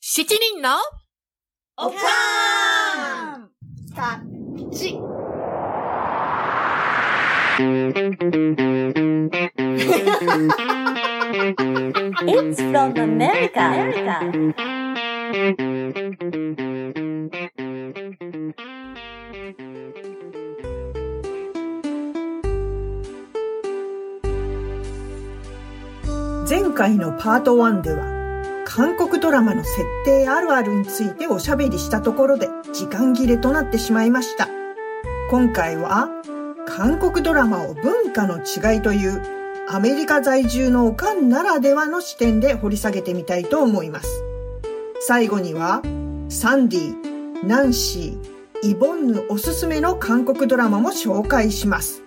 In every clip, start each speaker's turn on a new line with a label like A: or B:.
A: 七人の
B: おかーんタッチ。
C: It's from America. America.
D: 前回のパート1では韓国ドラマの設定あるあるについておしゃべりしたところで時間切れとなってしまいました今回は韓国ドラマを文化の違いというアメリカ在住のおかんならではの視点で掘り下げてみたいと思います最後にはサンディ、ナンシー、イボンヌおすすめの韓国ドラマも紹介します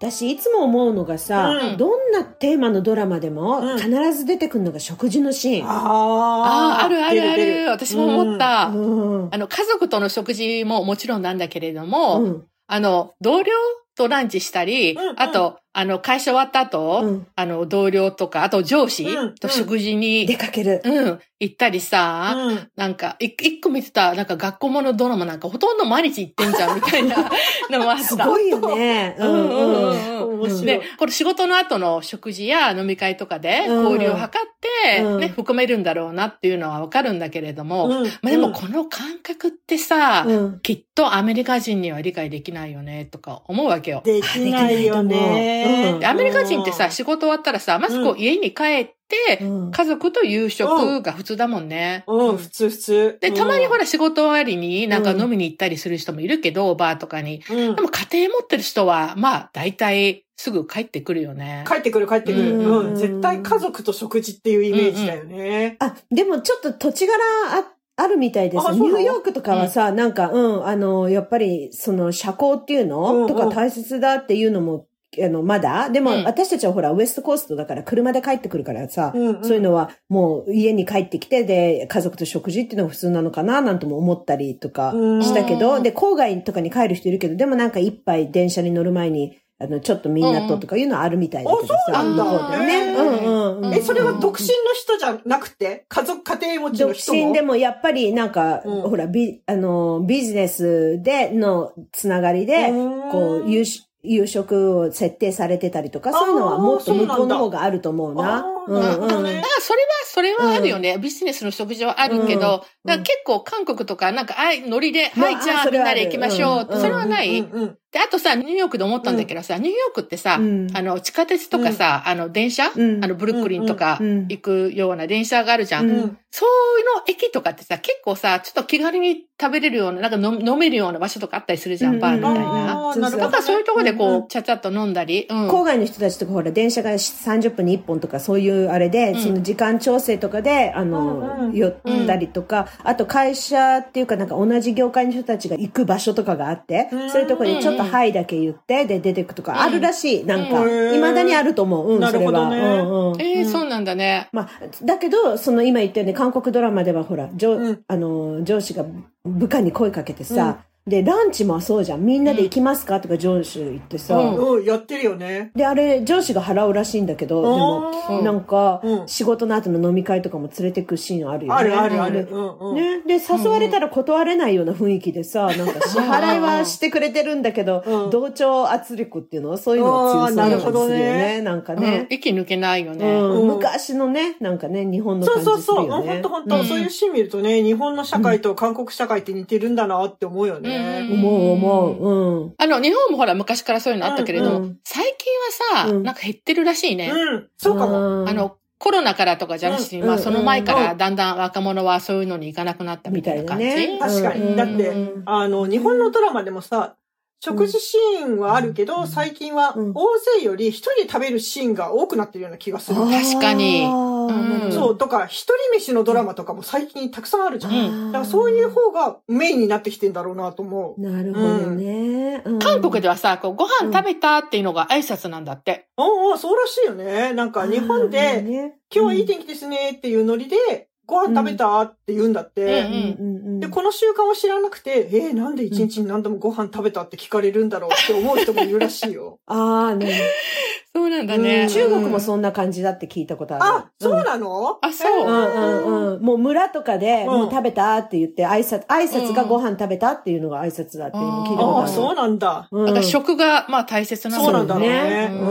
E: 私いつも思うのがさ、
D: うん
E: どんなテーマのドラマで
D: う
E: も
D: ん
E: 必ず出てくるのが食事のシーン。
D: あ
A: ああ、あるあるある。私も思った、
E: うん
A: あの、家族との食事ももちろんなんだけれども、
E: うん
A: あの、同僚とランチしたり、
D: うんうん
A: あと、あの、会社終わった後、
E: うん
A: あの、同僚とか、あと上司
D: うん
A: と食事
E: 出
A: に、
E: かける。
A: うん、行ったりさ、なんか、い一個見てた、なんか学校ものドラマなんかほとんど毎日行ってんじゃん、みたいなのもあった。
E: すごいよね。
A: うんうんうんうん。
E: 面白い
A: で、これ仕事の後の食事や飲み会とかで
E: うん
A: 交流を図って、
E: うん
A: ね、含めるんだろうなっていうのはわかるんだけれども、
D: うん
A: まあでもこの感覚ってさ、
E: うん
A: きっとアメリカ人には理解できないよね、とか思うわけよ。
D: できないよね。
E: できないと思ううん
A: でアメリカ人ってさ、仕事終わったらさ、まずこ
D: う
A: う家に帰って、
E: うん
A: 家族と夕食が普通だもんね。
D: うん、普通普通。
A: で、たまにほ
D: ら、
A: ら仕事終わりになんか
E: うん
A: 飲みに行ったりする人もいるけど、バーとかに。
D: うん
A: でも家庭持ってる人は、まあ、大体すぐ帰ってくるよね。
D: 帰ってくる帰ってくる。
E: うん
D: うん、絶対家族と食事っていうイメージだよね。
E: あ、でもちょっと土地柄ああるみたいで
D: あ
E: す。
D: そうな
E: ニ
D: の
E: ューヨークとかはさ、なんか、うん、あの、やっぱり、その、社交っていうの、
D: うんうん
E: とか大切だっていうのも、あの、まだでも、
A: うん
E: 私たちはほら、ウエストコーストだから車で帰ってくるからさ、
D: うんうん
E: そういうのはもう家に帰ってきて、で、家族と食事っていうのが普通なのかな、なんとも思ったりとか
D: うん
E: したけ
A: う
E: ど、
A: ん
E: で、郊外とかに帰る人いるけど、でもなんか一杯電車に乗る前に、あの、ちょっとみんなととかいうのはあるみたいだけどさ、
D: うんあそうなんだ
E: 向こうではね。
D: へー
E: うんうんうん。
D: え、それは独身の人じゃなくて家族、家庭持ちの
E: 独
D: 人も
E: 身でもやっぱりなんか、
D: うん
E: ほら、ビ、あの、ビジネスでのつながりで、
D: うん
E: こう、夕食夕食を設定されてたりとか、
D: あー
E: そういうのはもっと向こ
D: そうな
E: うん
D: だ
E: の方があると思うな。
D: あ
E: う
D: ー
E: ん
D: なるほど
E: うん。
D: ね
A: だからそれは、それはあるよね。ビジネスの食事はあるけど、
E: うん
A: だから結構韓国とか、なんか、あい、ノリで、
E: まあ
A: はい、じゃ
E: あ
A: あ
E: そ
A: み
E: れ
A: ん
E: は
A: な
E: ある
A: で行きましょうって。
E: うん
A: それはな
D: う
A: い
D: んうんうん
A: で、あとさ、ニューヨークで思ったんだけどさ、ニューヨークってさ、
E: うん
A: あの、地下鉄とかさ、あの、電車、
E: うん
A: あの、ブルックリンとか
E: うんうん
A: 行くような電車があるじゃん。
E: うん
A: そういうの駅とかってさ、結構さ、ちょっと気軽に食べれるような、なんか飲飲めるような場所とかあったりするじゃん、バーみたいな。
D: あーなるほどね
A: だからそういうとこで
D: うん
A: こ
D: うん
A: う、ちゃちゃっと飲んだり。うん。
E: 郊外の人たちとかほら、電車が30分に1本とかそういうあれで、
A: うん
E: その時間調整とかで、あ
D: うんう
E: の、
D: ん
E: 寄ったりとか、あと会社っていうかなんか同じ業界の人たちが行く場所とかがあって、
D: うん
E: そういうとこにちょっとはいだけ言って、で出てくとかあるらしい。なんか、
D: うん
E: 未だにあると思う。うん、
D: な
E: そ
D: る
E: れ
D: ほ
E: は。
D: ど
E: う
D: ね
E: んうん。
A: えーそうなんだね。
E: まあ、だけど、その今言ったように韓国ドラマではほら、上、
D: うん
E: あの、上司が部下に声かけてさ、で、ランチもそうじゃん。みんなで行きますかとか上司言ってさ、
A: うん
D: うん、やってるよね。
E: で、あれ、上司が払うらしいんだけど、でも、
D: あー
A: うん
E: なんか、
D: うん
E: 仕事の後の飲み会とかも連れてくシーンあるよね。
D: あるあるあ
E: で
D: る。うんうん
E: ね、で、誘われたら断れないような雰囲気でさ、なんか支払いはしてくれてるんだけど、
D: うん
E: 同調圧力っていうのそういうのが強そうな感じ
D: あー
E: するよ
D: なるほど
E: ね。
D: ね
E: なんか
A: うん
E: ね、
A: 息抜けないよ
E: う
A: ね。
E: ん
D: うん
E: 昔のね、なんかね、日本の
D: そ
E: 感
D: う
E: じ
D: そう
E: する
D: そう。
E: よ
D: ほ
E: ね
D: んと。ほんと。そういうシーン見るとね、日本の社会と韓国社会って似てるんだなって思うよ
A: うん
D: ね。
E: 思う思う。うん。
A: あの、日本もほら、昔からそういうのあったけれど
E: うんう
A: も
E: ん、
A: 最近はさ、
E: うん
A: なんか減ってるらしいね。
D: うん、そうかも。
E: うん
A: あ、の、コロナからとかじゃなしに、
E: うん
A: まあ
E: うん
A: その前か
D: う
A: らだんだん若者はそういうのに行かなくなったみ
E: み
A: た
E: た
A: い
E: い
A: な感
E: な
A: じ。
E: ね。
D: 確かに
E: うん
D: だってあの、日本のドラマでもさ、食事シーンはあるけど、最近は
E: うん
D: 大勢より一人で食べるシーンが多くなってるような気がする。
A: 確かに
E: あーなるほど
D: そう、とか、一人飯のドラマとかも最近たくさんあるじゃん。
A: うん
D: だからそういう方がメインになってきてんだろうなと思う。
E: なるほどね。うん
A: 韓国ではさ、こうご飯食べたっていうのが挨拶なんだって。
D: ああ、そうらしいよね。なんか日本
E: あー
D: で、
E: ね
D: 今日はいい天気ですねっていうノリで、ご飯食べたって言うんだっ
A: うん
D: て、
A: うん
E: ん。
D: で、この習慣を知らなくて、えー、なんで一日に何度もご飯食べたって聞かれるんだろうって思う人もいるらしいよ
E: ああ、ね。
A: そうなんだね。
D: うん
E: 中国もそんな感じだって聞いた ことある。
D: あ、そう
E: うん
D: なの、
A: あ、そうう。
E: んうんうん。もう村とか
D: う
E: で、
D: ん
E: もう食べたって言って、挨拶、挨拶がご飯食べたっていうのが挨拶だっていうのを聞いたこ
D: あ
E: とある。
D: あ、そうなんだ。
E: うん
A: だから食が、まあ大切なんだ
D: そうなんだろう
A: う
D: ね。うん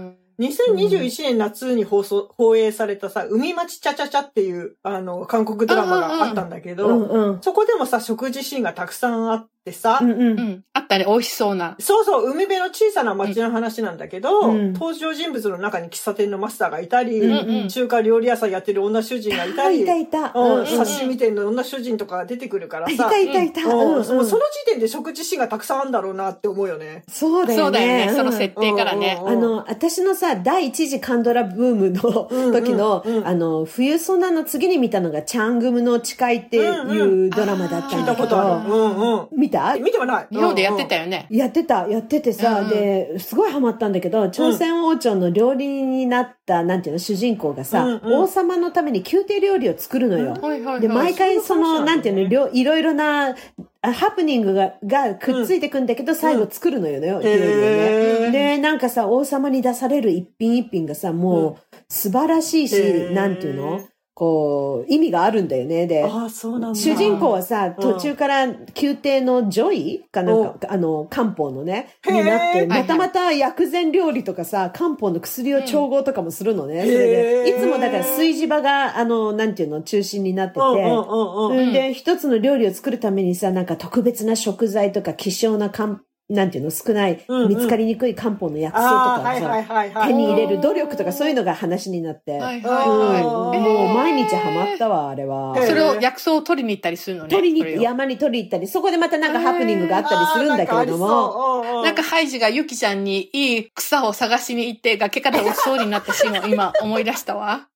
A: ん。
D: 2021年夏に放送、放映されたさ、海町ちゃちゃちゃっていう、あの、韓国ドラマがあったんだけど、
E: うんうん。
D: そこでもさ、食事シーンがたくさんあってさ、
E: うんう。
A: うんん。あったね、美味しそうな。
D: そうそう、海辺の小さな町の話なんだけど、
E: うん
D: 登場人物の中に喫茶店のマスターがいたり、
E: うん
A: うん
D: 中華料理屋さんやってる女主人がいた
E: あ、
D: り、
E: いたいた。
D: う
E: うん
D: ん、刺身店の女主人とかが出てくるから
E: い
D: さ、
E: たいたいた。
D: うん
E: うんうん
D: もうその時点で食事シーンがたくさんあるんだろうなって思うよね。
E: そうだ
A: そ
E: よね。
A: うだよね、
E: ん
A: その設定からね。
E: あの、私のさ、第一次カンドラブームの
D: うんうん
E: 時の、
D: うん
E: あの、冬ソナの次に見たのが、チャングムの誓いっていうドラマだった
D: 聞い
E: んだ
D: たこ
E: けど、
D: とある。うんうん。
E: 見た
D: え見てはない。
A: 日本でやってた
D: よ。
A: よね。
E: やってた、やっててさ、
A: うんうん
E: で、すごいハマったんだけど、朝鮮王朝の料理人になった、なんていうの、主人公がさ、
D: うんうん
E: 王様のために宮廷料理を作るのよ。
A: はいはいはい。
E: で、毎回その、
D: そう
E: な
D: なん
E: んて
D: だね
E: いうの、りょいろいろな、あハプニングが、がくっついてくんだけど、最後作るのよね、
D: ん
E: 料理を
D: へ
E: ね。
D: ー
E: で、なんかさ、王様に出される一品一品がさ、もう、素晴らしいし、
D: へー
E: なんていうのこう、意味があるんだよね。で、
D: ああ、そうなんだ。
E: 主人公はさ、
D: うん
E: 途中から宮廷のジョイかなんか、あの、漢方のね、になっ
D: へ
E: て、
D: ー
E: またまた薬膳料理とかさ、漢方の薬を調合とかもするのね。
D: うん
E: それで、
D: へー
E: いつもだから炊事場が、あの、なんていうの、中心になってて、
D: うんうんうんうん。
E: うんで、一つの料理を作るためにさ、なんか特別な食材とか希少な漢、なんていうの、少ない、
D: うんうん
E: 見つかりにくい漢方の薬草と
D: ああ、
E: か
D: は
E: を
D: いはい
E: さ、
D: はいはい。
E: 手に入れる努力とかそういうのが話になって、
A: はい
E: うん
A: はいはい。
E: もう毎日ハマったわ、あれは。
D: へー
A: それを薬草を取りに行ったりするのね。
E: 取り
A: そ
E: に
A: れを
E: 山に取りに行ったりそこでまたなんかハプニングがあったりするんだけれども、
D: も
A: なんか、ハイジがユキちゃんにいい草を探しに行って崖から落ちそうになったシーンを 今思い出したわ。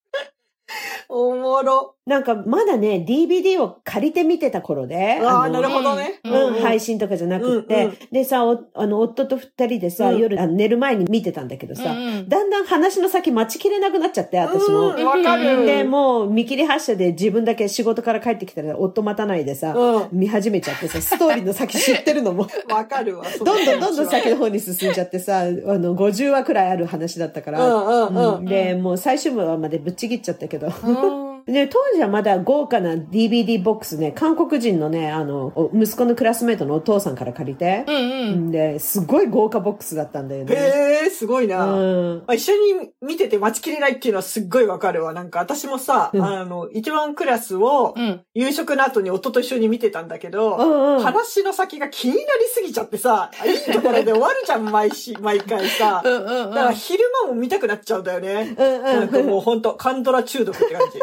D: おもろ。
E: なんかまだね DVD を借りて見てた頃で
D: ああ、
E: の
D: なるほどね。
A: う
E: うん、配
D: 信。
E: 信とかじゃなくって、
D: うんうん
E: でさおあの夫と二人でさ、
D: うん
E: 夜あの寝る前に見てたんだけど
A: う
E: さ、
A: ん
E: だんだん話の先待ちきれなくなっちゃって私も。
D: うんわかる。
E: で、もう見切り発車で自分だけ仕事から帰ってきたら夫待たないでさ、
D: う
E: 見始めちゃってさ、ストーリーの先知ってるのも、
D: ん。わかるわ。 その
E: どん
D: 気持ち
E: ど
D: は
E: んどんどん先の方に進んじゃってさ、あの、50話くらいある話だったから、
D: うんうんうん。
E: で、もう最終話までぶっちぎっちゃったけど。
A: うん。
E: で、当時はまだ豪華な DVD ボックスね、韓国人のね、あの、お息子のクラスメートのお父さんから借りて、
A: うんうん。
E: で、すごい豪華ボックスだったんだよね。
D: へえ、すごいうな。
E: ん。
D: まあ一緒に見てて待ちきれないっていうのはすっごいわかるわ。なんか私もさ、
E: うん
D: あの、一番クラスを
A: うん。
D: 夕食の後に夫と一緒に見てたんだけ
E: う
D: ど、
E: んうん。
D: 話の先が気になりすぎちゃってさ、いいところで終わるじゃん、 毎し、毎回さ。
A: うんうん
D: だ
A: う
D: から
A: ん。
D: 昼間も見たくなっちゃうんだよね。
E: うんう
D: なんか
E: ん。
D: もうほんと、カンドラ中毒って感じ。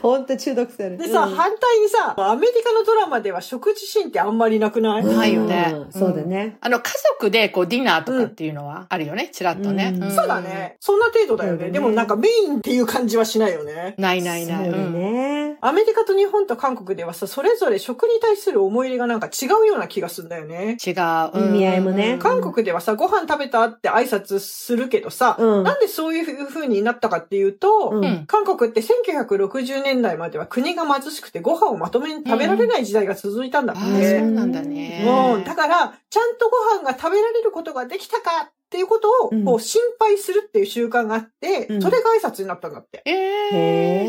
E: ほんと中毒する。
D: でさ、
E: うん
D: 反対にさ、アメリカのドラマでは食事シーンってあんまりなくない、
A: ないよね
E: うんそうだね。
A: あの、家族でこうディナーとかっていうのはあるよね、ちらっとね。
E: うん
A: ん
D: そうだ。ね。そんな程度だよ
E: そうだ
D: ね。
E: ね
D: でもなんかメインっていう感じはしないよね。
A: ないないない。
E: そうだ
A: うん
E: ね。
D: アメリカと日本と韓国ではさ、それぞれ食に対する思い入れがなんか違うような気がするんだよね。
A: 違う。うん
E: 意味合いもね
D: 韓国ではさ、ご飯食べたって挨拶するけどさ、
E: うん
D: なんでそういう風になったかっていうと、
E: うん
D: 韓国って1960年代までは国が貧しくてご飯をまとめに食べられない時代が続いたんだっ
A: あ
D: て。
A: あ、
E: ね
A: そうなんだね。
D: うん、だから、ちゃんとご飯が食べられることができたかっていうことを、
E: うん
D: こう、心配するっていう習慣があって、
E: うん
D: それが挨拶になったんだって。
A: え
E: へ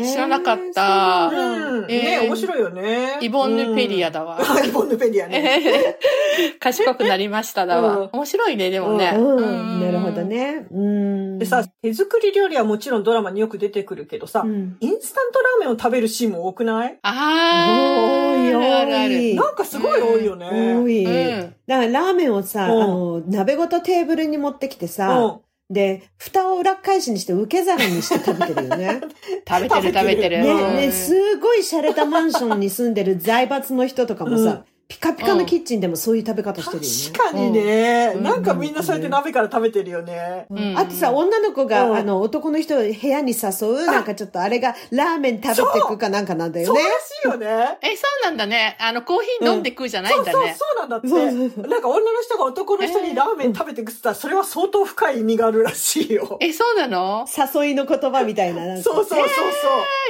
A: ー、
E: ー
A: 知らなかっ
E: う
A: た
E: ん。
D: うん。
A: え
D: ね
A: ー
D: 面白いよね。
A: イボンヌペリアだわ。
D: うん。イボンヌペリアね。
A: えー 賢くなりましただ
D: うん
A: わ。面白いね、でもね。
E: うん。なるほど。ね。うん。
D: でさ、手作り料理はもちろんドラマによく出てくるけどさ、
E: うん、
D: インスタントラーメンを食べるシーンも多くない
A: あー、
E: 多い多い
A: あるある。
D: なんかすごい多いよね。
E: 多い。
A: うん。
E: だからラーメンをさ、
D: うん
E: あの、鍋ごとテーブルに持ってきてさ、
D: う
E: で、蓋を裏返しにして受け皿にして食べてるよ ね。
A: 食べてる食べてる。
E: ね、ね、
A: うん
E: すごい洒落たマンションに住んでる財閥の人とかもさ、ピカピカのキッチンでもそういう食べ方してるよね。
D: 確かにね、
A: うん
D: なんかみんなそうやって鍋から食べてるよね。
A: うんうん
E: あとさ、女の子が、
D: うん
E: あの、男の人を部屋に誘う、なんかちょっとあれが、ラーメン食べてくかなんかなんだよ
D: そう
E: ね
D: ら。しいよね。
A: え、そうなんだね。あの、コーヒー飲んで食うじゃないんだ
D: そう、
A: ね。
D: そうなんだって。
E: そうそうそう
D: なんか女の人が男の人にラーメン食べてくって言ったら、それは相当深い意味があるらしいよ。
A: え、そうなの
E: 誘いの言葉みたいな。なんか
D: そうそうそうそう。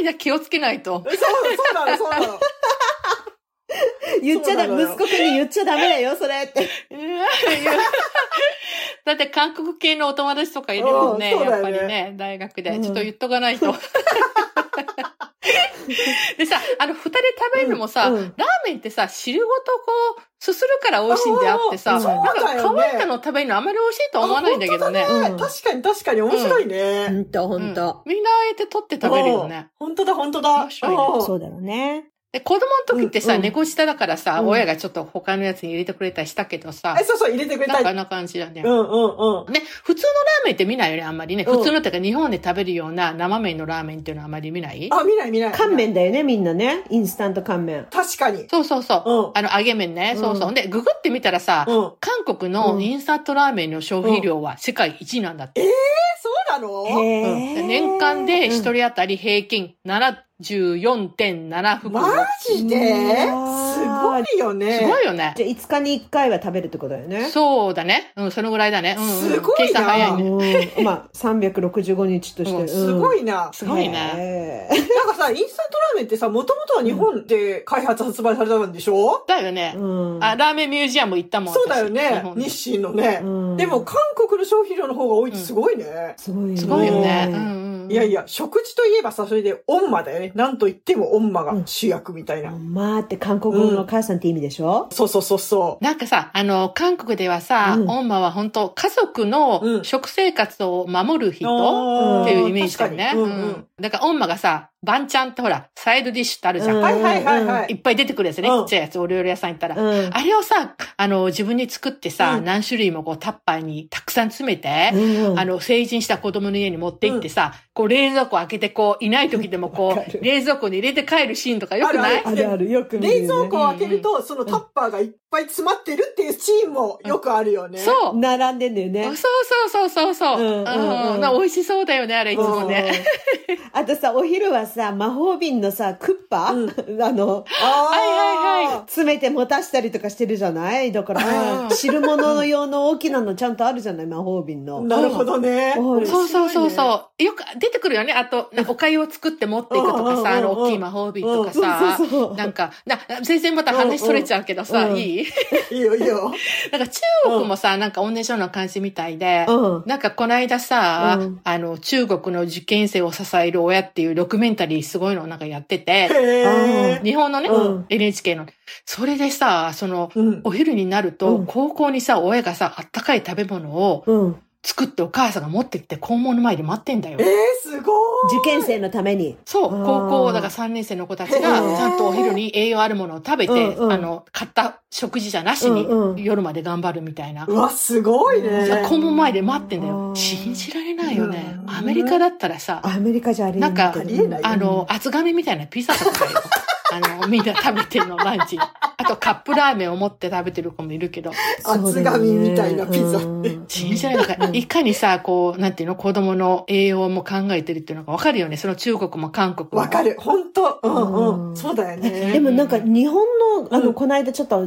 A: いや、気をつけないと。
D: そう、そうなの、そうなの。
E: 言っちゃだ、
D: そうなのよ
E: 息子くんに言っちゃダメだよ、それ って。
A: うわ言うだって韓国系のお友達とかいるもんね、
D: うんそうだ
A: やっ
D: よ
A: ぱ
D: ね
A: りね、大学
E: う
A: で。
E: ん
A: ちょっと言っとかないと。 でさ、あの、二人で食べるのもさ、
E: うん
A: ラーメンってさ、汁ごとこう、すするから美味しいんであってさ、
E: あーそう
A: なん
D: だよね
A: か乾いたの食べるのあまり美味しいとは思わないんだけどね。
E: うん
D: ね確かに確かに面白いね。
E: んと、ほ
A: うん。みんなああえて取って食べるよね。
D: 本当だ、本当だ。
A: 面白いね
D: うん
E: そうだろうね。
A: で、子供の時って
E: う
A: さ、
E: んうん
A: 猫舌だからさ、
E: うん
A: 親がちょっと他のやつに入れてくれたりしたけどさ
D: え、、そうそう、入れてくれた
A: なんかあ
D: い。
A: んな感じだね
D: うん。うんうん。
A: ね、普通のラーメンって見ないよね、あんまりね。
D: うん
A: 普通のっていうか、日本で食べるような生麺のラーメンっていうのはあまり見ない
D: あ、見ない見ない。
E: 乾麺だよね、みんなね。インスタント乾麺。
D: 確かに。
A: そうそうそう。
D: うん。
A: あの、揚げ麺ね。
E: うん
A: そうそう。で、ググってみたらさ、
D: うん。
A: 韓国
E: う
A: の
E: ん
A: インスタントラーメンの消費量は世界一位なんだって。
D: え、そうなの
E: へ
A: うんで
E: ー
A: 年間で一人当たり平均74.7袋。
D: マジで
E: う
D: す
E: わ
D: ご
E: ー
D: いよね。
A: すごいよね。
E: じゃあ5日に1回は食べるってことだよね。
A: そうだね。うん、そのぐらいだね。うん、うん。
D: すごいな
A: 計算早いね。
E: うんまあ、365日として。
A: うん
D: すごいな。
A: すごいね。
E: ね。
D: なんかさ、インスタントラーメンってさ、もともとは日本で開発発売されたんでしょ、
A: だよね。
E: うん
A: あ、ラーメンミュージアム行ったもん。
D: そうだよ
A: 私日
D: ね
A: 本。で
D: 日清のね、
E: うん
D: でも韓国の消費量の方が多いってすごいね。
E: すごいね。
A: すごいよね。
E: う
A: うんんうんうん。
D: いやいや、食事といえばさ、それで、オンマだよね。なんと言ってもオンマが主役みたいな。
E: まあって韓国語のお母さんって意味でしょ、
D: そうそうそうそ
A: なんかさ、あの、韓国ではさ、
E: うん
A: オンマは本当家族
D: う
A: の
D: ん
A: 食生活を守る
D: う。
A: 人
E: ん
A: っていうイメージだよ
D: あ
A: ね。
D: ー確かにうんうん。
A: うんだから、オンマがさ、バンチャンってほら、サイドディッシュってあるじゃん。
E: うん
D: はいはいはいはいい。
A: っぱい出てくるやつね。
D: う
A: ち
D: ん
A: っちゃいやつ、お料理屋さん行ったら。
E: うん
A: あれをさ、あの、自分に作ってさ、
D: うん
A: 何種類もこう、タッパーにたくさん詰めて、
E: うん
A: あの、成人した子供の家に持って行ってさ、こう、冷蔵庫開けてこう、いない時でもこ
D: わかる
A: う、冷蔵庫に入れて帰るシーンとかよくない
E: あるある、よく見るよ、
D: 冷
E: ね。
D: 蔵庫を開けると、そのタッパーがいっぱい詰まってるっていうシーンもよくあるよね。
A: そう。
E: 並んでんだよね
A: あ。そうそうそうそうそう。
E: うん
A: うん
E: うんうん
A: な美味しそうだよね、あれいつもね。
E: うんあとさ、お昼はさ、魔法瓶のさ、クッパ、 あの、
A: はいはいはい
D: あ
E: 詰めて持たしたりとかしてるじゃないだか
A: う
E: ら、
A: ん
E: 汁物用の大きなのちゃんとあるじゃない魔法瓶
D: あ
E: の。
D: なるほどね。
E: うん
D: 面白いね
A: そうそうそうそう。よく出てくるよね。あと、なんかお粥を作って持っていくとかさ、あ
D: うんうんうんうん
A: の、大きい魔法瓶とか
E: そう
A: さ
E: そう。そう。
A: なんか、な、全然また話それちゃうけどさ、
E: うんうん
A: いい
D: いいよいいよ。
A: なんか中国もさ、なんか同じような感じみたいで、
E: うん。
A: なんかこの間さ、
E: うん
A: あの、中国の受験生を支える親っていうドキュメンタリーすごいのをなんかやってて、
D: へー
A: 日本のね、
E: うん
A: NHK の。それでさ、その、
D: うん。
A: お昼になると、
E: うん
A: 高校にさ、親がさ、あったかい食べ物を
E: うん。
A: 作ってお母さんが持ってきて、校門の前で待ってんだよ
D: えー。、すごい。
E: 受験生のために。
A: そう、
E: あー
A: 高校、だから3年生の子たちが、ち
D: へー
A: ゃんとお昼に栄養あるものを食べて、
E: うんうん
A: あの、買った食事じゃなしに
E: うんう、ん
A: 夜まで頑張るみたいな。
D: うわ、すごい
E: ん
A: さ
D: ね。
A: 校門前で待ってんだ
E: あー
A: よ。信じられないよね
D: う。ん
A: アメリカだったらさ、
E: アメリカじゃありえないけど。
A: なん
D: かありえないよ
A: あの、厚紙みたいなピザとかだよ。あの、みんな食べてるの、ランチ。あと、カップラーメンを持って食べてる子もいるけど、
E: そうだ
D: 厚
E: よね
D: 紙みたいなピザ。
E: うん
A: 信じられない。だからいかにさ、こう、なんていうの、子供の栄養も考えてるっていうのがわかるよね。その中国も韓国も。
D: わかる。ほんと。うん
E: う
D: うんん。そうだよ
E: で
D: ね。
E: もなんか日本の、あ
D: う
E: の、
D: ん
E: この間ちょっと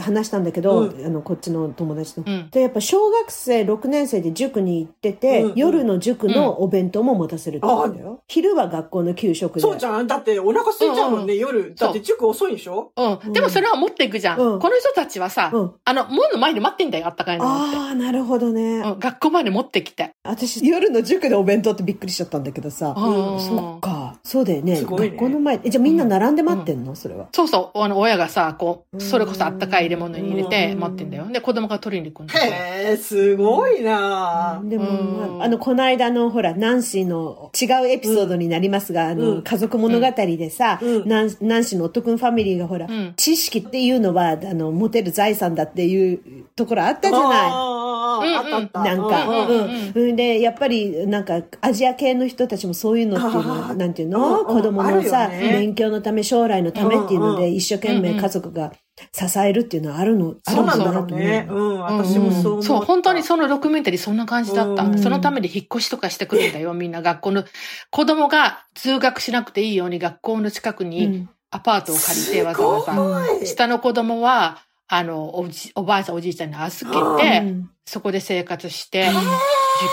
E: 話したんだけど、
D: う
E: あの、こっちの友達と。
A: うん。
E: で、やっぱ小学生6年生で塾に行ってて、
D: うん
E: 夜の塾のお弁当も持たせるってことだよ。昼は学校の給食で。
D: そうじゃん。だってお腹空いちゃうもんね、夜。だって塾遅いんでしょ
A: うん。でもそれは持っていくじゃん。
E: うん
A: この人たちはさ、
E: うん。
A: あの、門の前で待ってんだよ、あったかいのを持って。
E: ああ、なるほどね。
A: うん、学校まで持ってきて。
E: 私、夜の塾でお弁当ってびっくりしちゃったんだけどさ。
A: うん
E: そっか。そうだよね。
D: すごいね
E: 学校の前。えじゃあみんな並んで待ってんの、それは。
A: そうそう、あの、親がさ、こ
E: う
A: う、
E: ん
A: それこそあったかい入れ物に入れて
E: うん
A: 待ってんだよ。で、子供が取りに行くんだよね。
D: へえ、すごいな
E: でも、まあ
A: うん
E: あの、この間の、ほら、ナンシーの違うエピソードになりますが、あの、
D: うん
E: 家族物語でさ、
D: うん
E: ナンナンシーの夫君ファミリーがほら、
A: うん
E: 知識っていうのは、あの、持てる財産だっていうところあったじゃな
D: い。
E: い。
B: あったあった。
E: なんか、
A: うん
E: うんうんで、やっぱり、なんか、アジア系の人たちもそういうのっていうの
B: あ
E: は、
B: ー
E: なんていうの、
B: うんうん
E: 子供のさ、
B: あるよね
E: 勉強のため、将来のためっていうの
B: うんう
E: で、一生懸
A: うん
E: 命
A: うん
E: 家族が支えるっていうのはあるの、あ
B: そ
E: る
B: うん
E: だ
B: なんだ
E: な
B: ろ
E: と
B: う
E: 思
B: ね。う
E: う。
B: ん、私もそう思った。
A: そう、本当にそのドキュメンタリーそんな感じだった。
B: うん
A: そのために引っ越しとかしてくるんだよ、みんな学校の。子供が通学しなくていいように学校の近く
E: う
A: に
E: ん
A: アパートを借りてわざわざ。下の子供は、あの、おじ、おばあちゃんおじいちゃんに預けて、
E: うん
A: そこで生活して、受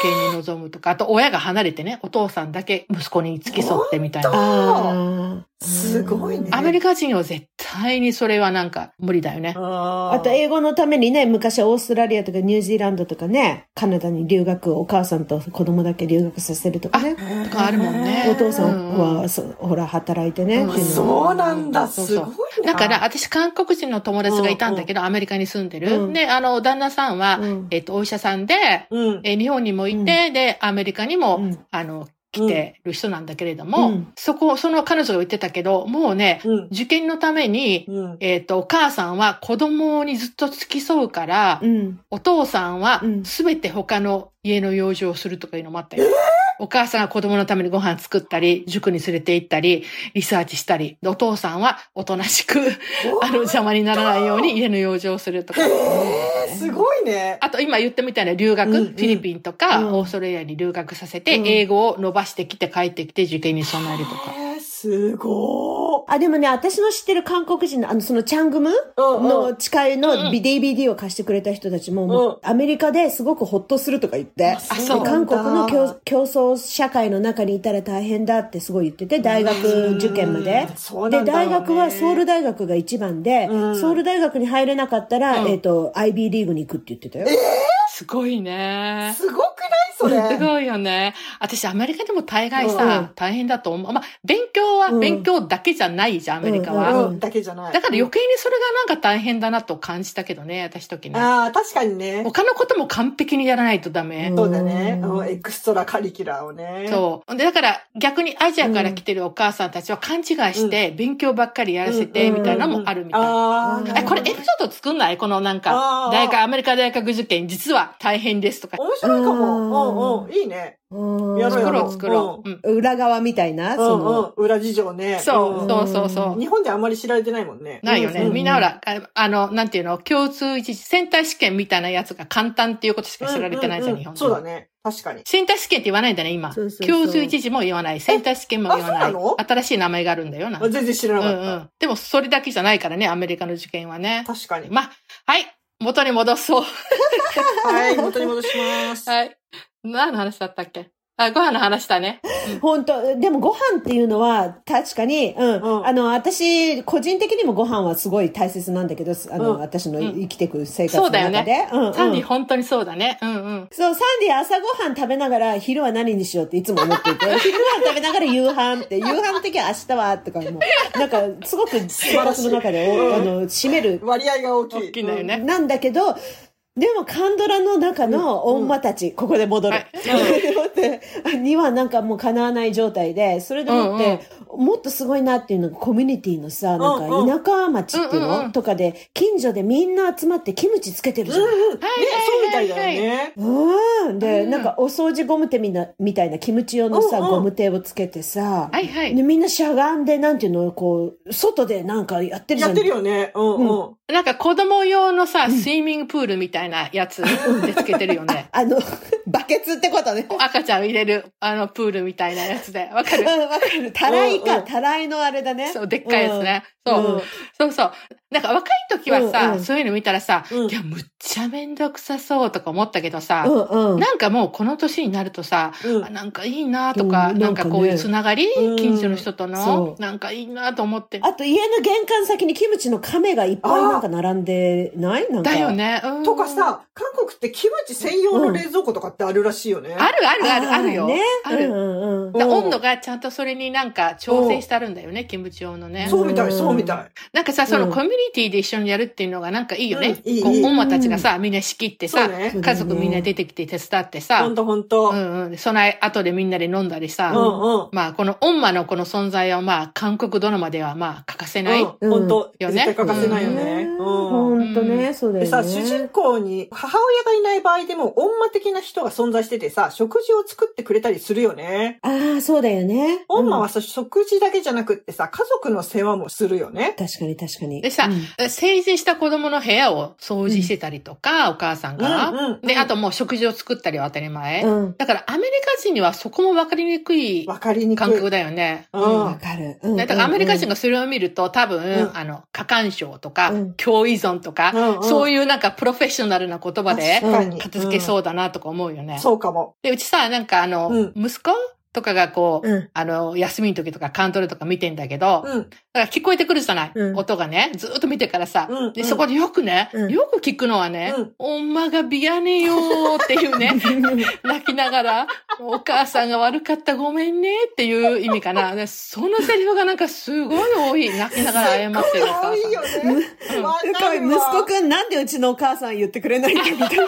A: 験に臨むとか、あと親が離れてね、お父さんだけ息子に付き添ってみたいな。
E: あー
B: すごいね。
A: アメリカ人は絶対にそれはなんか無理だよね。
B: あー
E: あと英語のためにね、昔はオーストラリアとかニュージーランドとかね、カナダに留学、お母さんと子供だけ留学させるとかね、
A: とかあるもんね。
E: お父さ
A: うん
E: は、そほら、働いてね、
A: うん
E: っていうのは
B: そうなんだ、
A: そ
B: す
A: う
B: ご
A: そう
B: いな。
A: だから、、私、韓国人の友達がいたんだけど、アメリカに住んでる。
E: うん
A: で、あの、旦那さんは、
E: うん
A: えっと、お医者さんで、
B: うん。
A: え日本にもいて、で、アメリカにも、
E: うん
A: あの、来てる人なんだけれども、
E: うん
A: そこ、その彼女が言ってたけど、もうね、
B: うん。
A: 受験のために、
B: うん。
A: えっ、と、お母さんは子供にずっと付き添うから、
E: うん。
A: お父さんは
E: うん
A: すべて他の家の養生をするとかいうのもあったよ。お母さんが子供のためにご飯作ったり、塾に連れて行ったり、リサーチしたり、でお父さんはおとなしく、あの、邪魔にならないように家の養生をするとか。
B: えー、すごいね。
A: あと今言ったみたいな留学、
B: うんうん
A: フィリピンとか、
E: うん
A: オーストラリアに留学させて、
E: うん
A: 英語を伸ばしてきて帰ってきて受験に備えるとか。
B: えー、すご
E: あ、でもね、私の知ってる韓国人の、あの、そのチャングム
B: ー。うんうん
E: の誓い
A: うん
E: の DVD を貸してくれた人たちも、もうアメリカですごくほっとするとか言って、
A: あ
E: で
A: そう
E: 韓国の競競争社会の中にいたら大変だってすごい言ってて、大学受験まで。
B: そうな
E: で、
B: んだろう
E: 大
B: ね
E: 学はソウル大学が一番で、
B: うん
E: ソウル大学に入れなかったら、
A: うん
E: えっ、と、IB リーグに行くって言ってたよ。
A: すごいね。
B: すごくないそれ。
A: すごいよね。私、アメリカでも大概
E: うん
A: さ、大変だと思う。まあ、勉強は
E: うん
A: 勉強だけじゃないじゃん、アメリカは。
B: うん、だけじゃない。
A: だから余計にそれがなんか大変だなと感じたけどね、私時ね。
B: ああ、確かにね。
A: 他のことも完璧にやらないとダメ。
E: うん
B: そうだね。
E: うん
B: うんエクストラカリキュラーをね。
A: そう。で、だから逆にアジアから来てるお母さんたちは勘違いして、勉強ばっかりやらせて、
E: うん
A: みたいなのもあるみたい。
B: あ
E: うん
B: あ、
A: え、これエピソード作んないこのなん
B: あ
A: か、
B: ー
A: 大学、アメリカ大学受験、実は大変ですとか。
B: 面白いかも。
E: うん
B: うんうん。いいね。
E: うん
B: やろう
A: 作
B: や
A: ろ
B: ろ
A: う作ろう。うん
E: 裏側みたいな、
B: う
E: そ
B: んうん
E: の、。
B: 裏事情ね。
A: そう、
B: ん
A: そうそうそう。
B: 日本であんまり知られてないもんね。
A: ないよね。
B: うん
A: みんなほら、ああの、なんていうの、共通一次、センター試験みたいなやつが簡単っていうことしか知られてないじゃ
B: う
A: ん、
B: う
A: 日本
B: そうだ
A: ね。
B: ね。確かに。
A: センター試験って言わないんだね、今。
E: そうそうそう
A: 共通一次も言わない。センター試験も言わ
B: えあ
A: な
B: そうなの
A: い。新しい名前があるんだよ、なんか
B: 全然知らな
A: う
B: かっ
A: んう
B: た。
A: ん。でも、それだけじゃないからね、アメリカの受験はね。
B: 確かに。
A: まあ、はい。元に戻そう。
B: はい、元に戻します。
A: はい。何の話だったっけあ、ご飯の話だね。
E: 本当でもご飯っていうのは確かに、うん、
B: うん
E: あの、私、個人的にもご飯はすごい大切なんだけど、あの、
B: うん
E: 私の
A: うん
E: 生きてく生活の中で。
A: そうだよ
E: うん、うん。
A: サンディ、本当にそうだね。うんうん。
E: そう、サンディ朝ごはん食べながら昼は何にしようっていつも思って いて、昼ごはん食べながら夕飯って、夕飯の時は明日はとかも う、なんかすごく生活の中で、おあの、占める。
B: 割合が大きい。
A: 大きいんだよね。
E: なんだけど、でもカンドラの中の女たち、ここ で戻る。
A: はい
E: にはなんかもう叶わない状態で、それでもって、もっとすごいなっていうのがコミュニティのさ、なん
B: うんう
E: か田舎町っていうの、
A: うんうん
E: とかで、近所でみんな集まってキムチつけてるじゃん。
B: うん。ね、
A: はい
B: そうみたいだよね。
E: うん。で、
A: うん
E: なんかお掃除ゴム手みなみたいなキムチ用のさ、
B: うんうん
E: ゴム手をつけてさ、
A: はいはい。
E: でみんなしゃがんで、なんていうの、こう、外でなんかやってるじゃ
B: や
E: ん。
B: ってるよね。うんうん。
A: なんか子供用のさ、スイミングプールみたいな やつでつけてるよね。
E: あの、 バケツってことね。
A: 赤ちゃん入れる、あの、プールみたいなやつで。わか
E: う
A: る
E: ん、わかる。たらいうか、
B: んうん
E: たらいのあれだね。
A: そう、でっかいやつね。
E: うん。
A: そう、
E: うん
A: そうそう。なんか若い時はさ、
E: うんうん
A: そういうの見たらさ、
B: うん
A: いや、むっちゃめんどくさそうとか思ったけどさ、
E: うんうん。
A: なんかもうこの年になるとさ、
B: うん
A: あなんかいいなとか、
E: うん
A: な
E: なんん
A: か
E: かね
A: こういうつながり、
B: うん
A: 近所の人との
E: そ、
A: なんかいいなと思って。
E: あと家の玄関先にキムチの亀がいっぱいなんか並んでないなんか。
A: だよ。ね。うん
B: とかさ、韓国ってキムチ専用の冷蔵庫とかってあるらしいよね。
A: あるあるあるあるよ。
E: ね。
A: ある。
E: うんうんうん。
A: だ温度がちゃんとそれになんか調整してあるんだよね、キムチ用のね。
B: そうみたい、
E: うん
B: そうみたい。
A: なんかさ、その
E: うん
A: コミュニティで一緒にやるっていうのがなんかいいよね。
B: うんいい
A: こう、
B: いい
A: 女たちがさ、みんな仕切って
E: そ
A: さ、
E: うね
A: 家族みんな出てきて手伝ってさ、
E: ほんとほんと。
A: う
E: うん
A: んうん。その後でみんなで飲んだりさ、
E: うん。
A: まあこのオンマのこの存在はまあ韓国ドラマではまあ欠かせない。
E: うんほんと。
A: よ
E: 絶
A: ね
E: 対欠かせないよね。うん。
A: んとね
F: そうだ
D: でさ、主人公に母親がいない場合でも、女的な人が存在しててさ、食事を作ってくれたりするよね。
F: ああ、そうだよね。
D: 女はさ、食事だけじゃなくってさ、家族の世話もするよね。
F: 確かに確かに。
A: でさ、成人した子供の部屋を掃除してたりとか、お母さん
D: うん
A: が。
D: うん。
A: で、あともう食事を作ったりは当たり前。
F: うん。
A: だからアメリカ人にはそこもわかりにくい
D: わかりにくい。
A: 感覚だよね。
D: う
F: わ
D: ん。
F: かる。うん
A: だからアメリカ人
F: が。
A: がそれを見ると多分、
D: うん
A: あの、過干渉とか、
F: うん
A: 強依存とか、
D: うんうん
A: そういうなんかプロフェッショナルな言葉で
D: 確かに
A: 片付けそうだなとか思うよね。
D: そうかも。
A: で、うちさ、なんかあの、
D: うん
A: 息子とかがこう、
F: うん
A: あの、休みの時とかカントレとか見てんだけど、だか
D: うん。
A: ら聞こえてくるじゃない、
F: うん
A: 音がね、ずーっと見てからさ、
D: うん
A: で、
D: うん
A: そこでよくね、
F: うん
A: よく聞くのはね、
D: うん
A: おまがビアねよーっていうね、泣きながら、お母さんが悪かったごめんねっていう意味か な。でそのセリフがなんかすごい多い。泣きながら謝ってるお
D: 可
A: 母
D: 愛
A: さん
D: い。よね。わ
E: なん
D: か
E: か
D: る
E: 息
D: わ。
E: 子くんなんでうちのお母さん言ってくれないんだみ たいな。